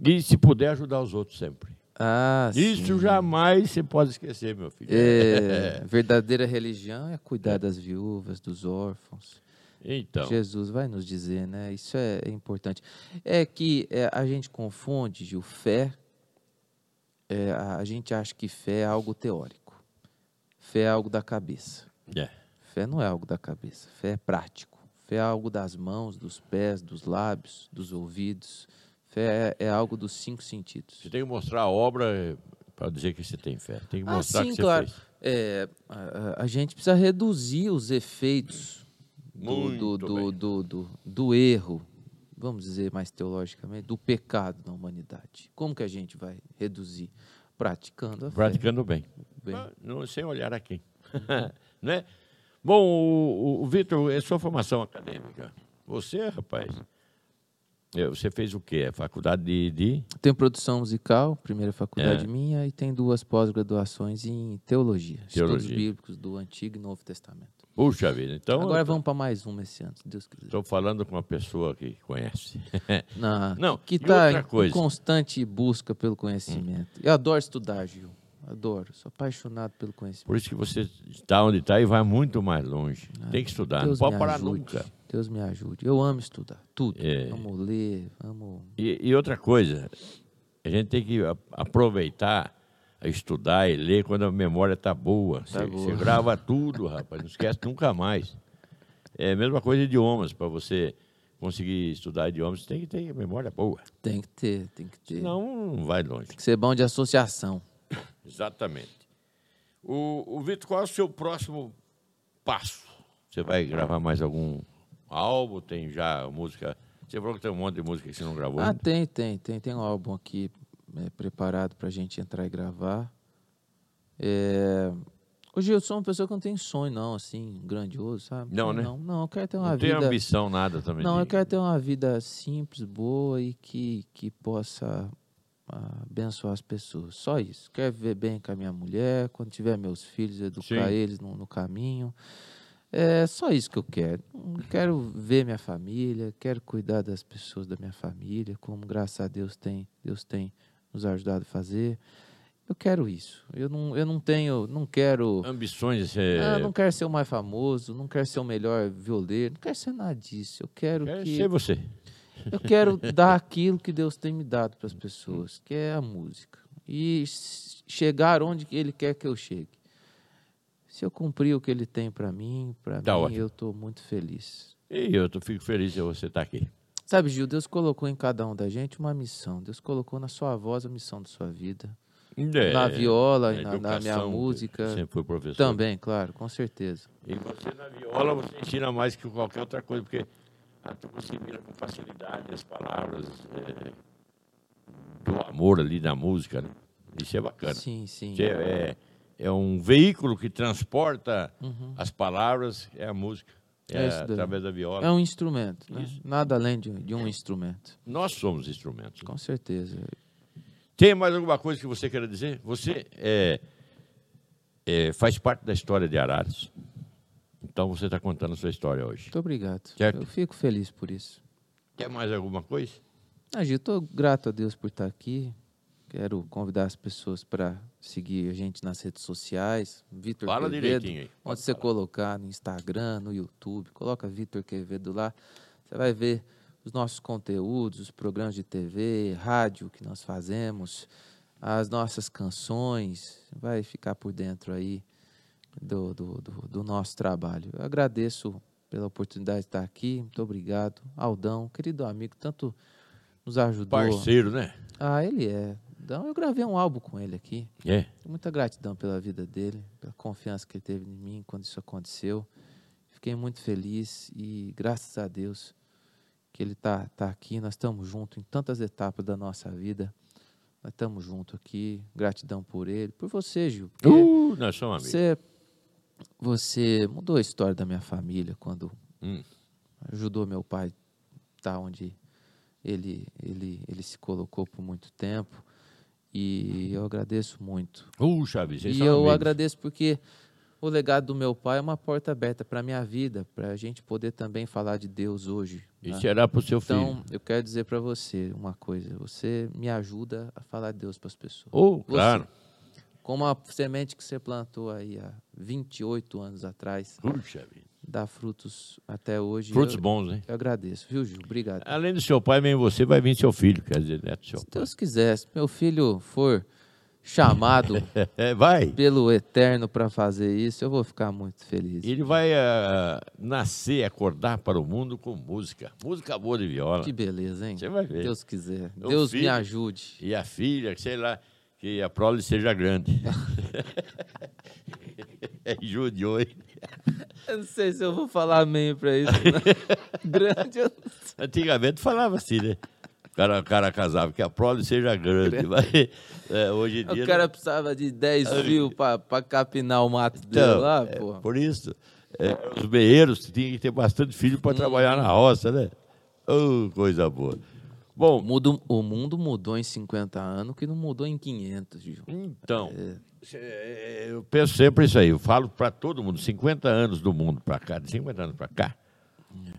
Speaker 1: E se puder ajudar os outros sempre.
Speaker 2: Ah,
Speaker 1: Isso
Speaker 2: sim.
Speaker 1: jamais você pode esquecer, meu filho.
Speaker 2: É, verdadeira religião é cuidar das viúvas, dos órfãos.
Speaker 1: Então,
Speaker 2: Jesus vai nos dizer, né? Isso é, é importante. É que é, a gente confunde, Gil, fé. é, a, a gente acha que fé é algo teórico. Fé é algo da cabeça.
Speaker 1: é.
Speaker 2: Fé não é algo da cabeça. Fé é prático. Fé é algo das mãos, dos pés, dos lábios, dos ouvidos. Fé é, é algo dos cinco sentidos.
Speaker 1: você tem que mostrar a obra para dizer que você tem fé. Tem que
Speaker 2: Ah,
Speaker 1: mostrar
Speaker 2: sim,
Speaker 1: que você
Speaker 2: claro.
Speaker 1: fez.
Speaker 2: É, a- a, a gente precisa reduzir os efeitos do, do,
Speaker 1: Muito
Speaker 2: do,
Speaker 1: bem.
Speaker 2: do, do- do erro, vamos dizer mais teologicamente, do pecado na humanidade. Como que a gente vai reduzir? Praticando a fé.
Speaker 1: Praticando bem.
Speaker 2: Bem.
Speaker 1: Ah, Não, sem olhar a quem. né? Bom, o, o- o Vitor, é sua formação acadêmica. Você, rapaz, é, você fez o quê? Faculdade de... de-
Speaker 2: Tem produção musical, primeira faculdade
Speaker 1: É.
Speaker 2: minha, e tem duas pós-graduações em teologia, estudos
Speaker 1: Teologia.
Speaker 2: bíblicos do Antigo e Novo Testamento.
Speaker 1: Puxa vida, então...
Speaker 2: Agora vamos para mais uma esse ano, se Deus quiser.
Speaker 1: Estou falando com uma pessoa que conhece.
Speaker 2: Na,
Speaker 1: Não, e
Speaker 2: que está
Speaker 1: outra
Speaker 2: em
Speaker 1: coisa.
Speaker 2: constante busca pelo conhecimento. Eu adoro estudar, Gil. Adoro, sou apaixonado pelo conhecimento.
Speaker 1: Por isso que você está onde está e vai muito mais longe. Tem que estudar,
Speaker 2: Ah, Deus
Speaker 1: não pode
Speaker 2: me
Speaker 1: parar
Speaker 2: ajude.
Speaker 1: nunca.
Speaker 2: Deus me ajude. Eu amo estudar, tudo.
Speaker 1: É.
Speaker 2: Amo ler, amo...
Speaker 1: E, e outra coisa, a gente tem que a- aproveitar, estudar e ler quando a memória está boa. Você
Speaker 2: Tá boa.
Speaker 1: você grava tudo, rapaz, não esquece nunca mais. É a mesma coisa idiomas, para você conseguir estudar idiomas, tem que ter memória boa.
Speaker 2: Tem que ter, tem que ter.
Speaker 1: Senão não vai longe.
Speaker 2: Tem que ser bom de associação.
Speaker 1: Exatamente. O, o Vitor, qual é o seu próximo passo? Você vai gravar mais algum álbum? Tem já música? Você falou que tem um monte de música que você não gravou
Speaker 2: Ah,
Speaker 1: ainda.
Speaker 2: tem, tem, tem. Tem um álbum aqui é, preparado pra gente entrar e gravar. É... Hoje eu sou uma pessoa que não tem sonho, não, assim, grandioso, sabe?
Speaker 1: Não, né?
Speaker 2: Não, não eu quero ter uma
Speaker 1: Não tem
Speaker 2: vida...
Speaker 1: ambição nada também.
Speaker 2: Não,
Speaker 1: de-
Speaker 2: eu quero ter uma vida simples, boa e que, que possa ah, abençoar as pessoas. Só isso. Quero viver bem com a minha mulher, quando tiver meus filhos, educar
Speaker 1: Sim.
Speaker 2: eles no, no caminho. É só isso que eu quero. Não Quero ver minha família, quero cuidar das pessoas da minha família, como graças a Deus tem, Deus tem nos ajudado a fazer. Eu quero isso. Eu não, eu não tenho, não quero.
Speaker 1: Ambições de ser.
Speaker 2: Ah, não quero ser o mais famoso, não quero ser o melhor violeiro, não quero ser nada disso. Eu quero
Speaker 1: Quer
Speaker 2: que
Speaker 1: ser você.
Speaker 2: eu quero dar aquilo que Deus tem me dado para as pessoas, que é a música. E s- chegar onde que Ele quer que eu chegue. Se eu cumprir o que Ele tem para mim, para
Speaker 1: Tá
Speaker 2: mim,
Speaker 1: ótimo.
Speaker 2: eu estou muito feliz.
Speaker 1: E eu tô, fico feliz de você estar aqui.
Speaker 2: Sabe, Gil, Deus colocou em cada um da gente uma missão. Deus colocou na sua voz a missão da sua vida.
Speaker 1: É,
Speaker 2: na viola, e na, na minha
Speaker 1: educação,
Speaker 2: música.
Speaker 1: Você foi professor.
Speaker 2: Também, claro, com certeza.
Speaker 1: E você na viola, você ensina mais que qualquer outra coisa, porque a turma se vira com facilidade as palavras é, do amor ali da música, né? Isso é bacana.
Speaker 2: Sim, sim.
Speaker 1: Você é, é um veículo que transporta as palavras, é a música, é,
Speaker 2: Uhum. É isso daí.
Speaker 1: através da viola.
Speaker 2: É um instrumento, né? nada além de, de um instrumento.
Speaker 1: Nós somos instrumentos.
Speaker 2: Com certeza.
Speaker 1: Tem mais alguma coisa que você queira dizer? Você é, é, faz parte da história de Araras. Então você está contando a sua história hoje.
Speaker 2: Muito obrigado.
Speaker 1: Certo.
Speaker 2: Eu fico feliz por isso.
Speaker 1: Quer mais alguma coisa?
Speaker 2: Ah, Gil, estou grato a Deus por estar aqui. Quero convidar as pessoas para seguir a gente nas redes sociais. Vitor
Speaker 1: Fala
Speaker 2: Quevedo,
Speaker 1: direitinho aí. Pode
Speaker 2: Onde você colocar no Instagram, no YouTube, coloca Vitor Quevedo lá. Você vai ver os nossos conteúdos, os programas de TV, rádio que nós fazemos, as nossas canções. Vai ficar por dentro aí do, do, do- do nosso trabalho. Eu agradeço pela oportunidade de estar aqui. Muito obrigado, Aldão, querido amigo, tanto nos ajudou.
Speaker 1: Parceiro, né?
Speaker 2: Ah, ele é. Aldão, eu gravei um álbum com ele aqui.
Speaker 1: É.
Speaker 2: Tenho muita gratidão pela vida dele, pela confiança que ele teve em mim quando isso aconteceu. Fiquei muito feliz e graças a Deus que ele tá, tá aqui. Nós estamos juntos em tantas etapas da nossa vida. Nós estamos juntos aqui. Gratidão por ele, por você, Gil. porque-
Speaker 1: Uh, nós somos amigos.
Speaker 2: você, você mudou a história da minha família quando
Speaker 1: Hum.
Speaker 2: ajudou meu pai a tá onde ele, ele, ele se colocou por muito tempo. E eu agradeço muito.
Speaker 1: Uh, Chaves, vocês
Speaker 2: e
Speaker 1: são
Speaker 2: eu
Speaker 1: amigos.
Speaker 2: agradeço porque O legado do meu pai é uma porta aberta para a minha vida, para a gente poder também falar de Deus hoje.
Speaker 1: E
Speaker 2: né?
Speaker 1: será para o seu é filho.
Speaker 2: Então, eu quero dizer para você uma coisa. Você me ajuda a falar de Deus para as pessoas.
Speaker 1: oh,
Speaker 2: você-
Speaker 1: claro.
Speaker 2: Como a semente que você plantou aí há 28 anos atrás,
Speaker 1: Puxa vida.
Speaker 2: dá frutos até hoje.
Speaker 1: Frutos
Speaker 2: eu,
Speaker 1: bons, hein?
Speaker 2: eu agradeço, viu, Gil? Obrigado.
Speaker 1: Além do seu pai, vem você, vai vir seu filho, quer dizer, neto do seu
Speaker 2: Se Deus quiser, se meu filho for chamado
Speaker 1: pai. É, vai.
Speaker 2: pelo Eterno para fazer isso, eu vou ficar muito feliz.
Speaker 1: Ele vai ah, nascer, acordar para o mundo com música. Música boa de viola.
Speaker 2: Que beleza, hein?
Speaker 1: Você vai ver.
Speaker 2: Deus quiser.
Speaker 1: Meu
Speaker 2: Deus me
Speaker 1: filho-
Speaker 2: ajude.
Speaker 1: E a filha, sei lá, que a prole seja grande. é judiou, hein?
Speaker 2: Eu não sei se eu vou falar amém para isso. não. Grande. eu não sei.
Speaker 1: Antigamente falava assim, né? O cara, o cara casava, que a prole seja grande. Mas, é, hoje em dia.
Speaker 2: O cara precisava de 10 mil para capinar o mato dele
Speaker 1: Então,
Speaker 2: lá,
Speaker 1: é,
Speaker 2: pô.
Speaker 1: por isso, é, os meeiros tinham que ter bastante filho para trabalhar
Speaker 2: Uhum.
Speaker 1: na roça, né? Oh, coisa boa. Bom,
Speaker 2: Mudo- o mundo mudou em 50 anos que não mudou em 500, Gil.
Speaker 1: então, cê- é, eu penso sempre isso aí, eu falo para todo mundo, 50 anos do mundo para cá, de 50 anos para cá,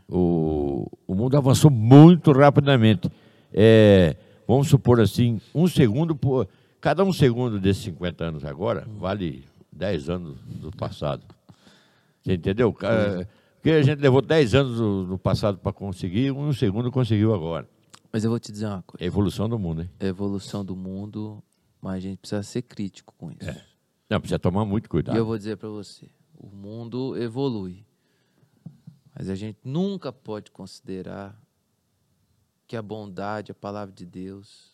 Speaker 1: o, o mundo avançou muito rapidamente. É, vamos supor assim, um segundo, por, cada um segundo desses 50 anos agora vale 10 anos do passado. Você entendeu? Ca- Porque a gente levou 10 anos do, do passado para conseguir, um segundo conseguiu agora.
Speaker 2: Mas eu vou te dizer uma coisa.
Speaker 1: É a evolução do mundo, hein?
Speaker 2: A evolução do mundo, mas a gente precisa ser crítico com isso.
Speaker 1: Não, precisa tomar muito
Speaker 2: E eu
Speaker 1: cuidado.
Speaker 2: vou dizer para você, o mundo evolui. Mas a gente nunca pode considerar que a bondade, a palavra de Deus,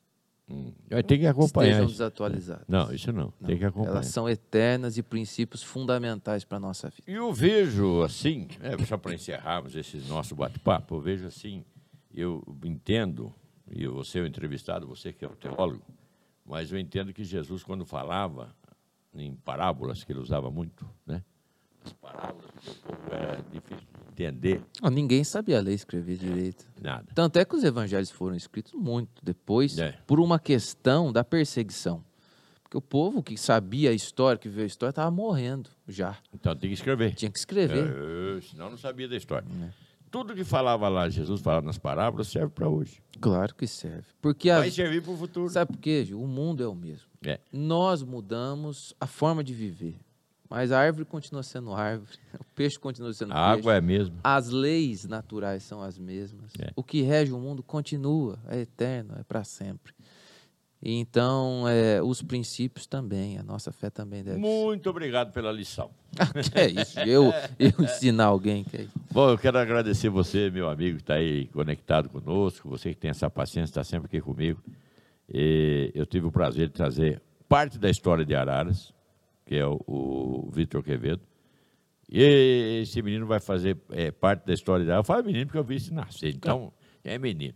Speaker 1: Tem que acompanhar
Speaker 2: estejam
Speaker 1: isso.
Speaker 2: desatualizadas.
Speaker 1: Não, isso não. Tem que acompanhar.
Speaker 2: Elas são eternas e princípios fundamentais para nossa vida.
Speaker 1: E eu vejo assim, né, só para encerrarmos esse nosso bate-papo, eu vejo assim, eu entendo, e você é o entrevistado, você que é o teólogo, mas eu entendo que Jesus, quando falava em parábolas, que ele usava muito, né? As parábolas, porque o povo era difícil de entender
Speaker 2: Ah, ninguém sabia ler e escrever direito.
Speaker 1: nada.
Speaker 2: Tanto é que os evangelhos foram escritos muito depois,
Speaker 1: É.
Speaker 2: por uma questão da perseguição. Porque o povo que sabia a história, que viu a história, estava morrendo já.
Speaker 1: Então tem que escrever.
Speaker 2: Tinha que escrever.
Speaker 1: É, é, senão não sabia da história. Tudo que falava lá, Jesus falava nas parábolas, serve para hoje.
Speaker 2: Claro que serve. Porque a...
Speaker 1: Vai servir para o futuro.
Speaker 2: sabe por quê? Gil? O mundo é o mesmo.
Speaker 1: É.
Speaker 2: Nós mudamos a forma de viver. Mas a árvore continua sendo árvore, o peixe continua sendo
Speaker 1: A
Speaker 2: peixe.
Speaker 1: água é a mesma.
Speaker 2: As leis naturais são as mesmas.
Speaker 1: É.
Speaker 2: O que rege o mundo continua, é eterno, é para sempre. E Então, é, os princípios também, a nossa fé também deve
Speaker 1: Muito obrigado pela lição.
Speaker 2: ser. que é isso, eu, eu ensinar alguém que é isso.
Speaker 1: Bom, eu quero agradecer você, meu amigo, que está aí conectado conosco, você que tem essa paciência, está sempre aqui comigo. E eu tive o prazer de trazer parte da história de Araras, que é o, o Vitor Quevedo. E esse menino vai fazer eh, parte da história de Araras. Eu falo menino porque eu vi esse nascer, então é menino.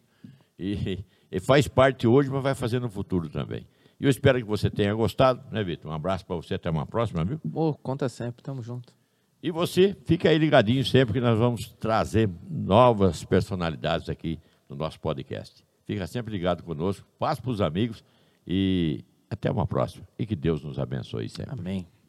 Speaker 1: E, e faz parte hoje, mas vai fazer no futuro também. E eu espero que você tenha gostado, né, Vitor? Um abraço para você, até uma próxima, viu?
Speaker 2: Ô, conta sempre, tamo junto.
Speaker 1: E você fica aí ligadinho sempre que nós vamos trazer novas personalidades aqui no nosso podcast. Fica sempre ligado conosco, passa para os amigos e até uma próxima. E que Deus nos abençoe sempre.
Speaker 2: Amém.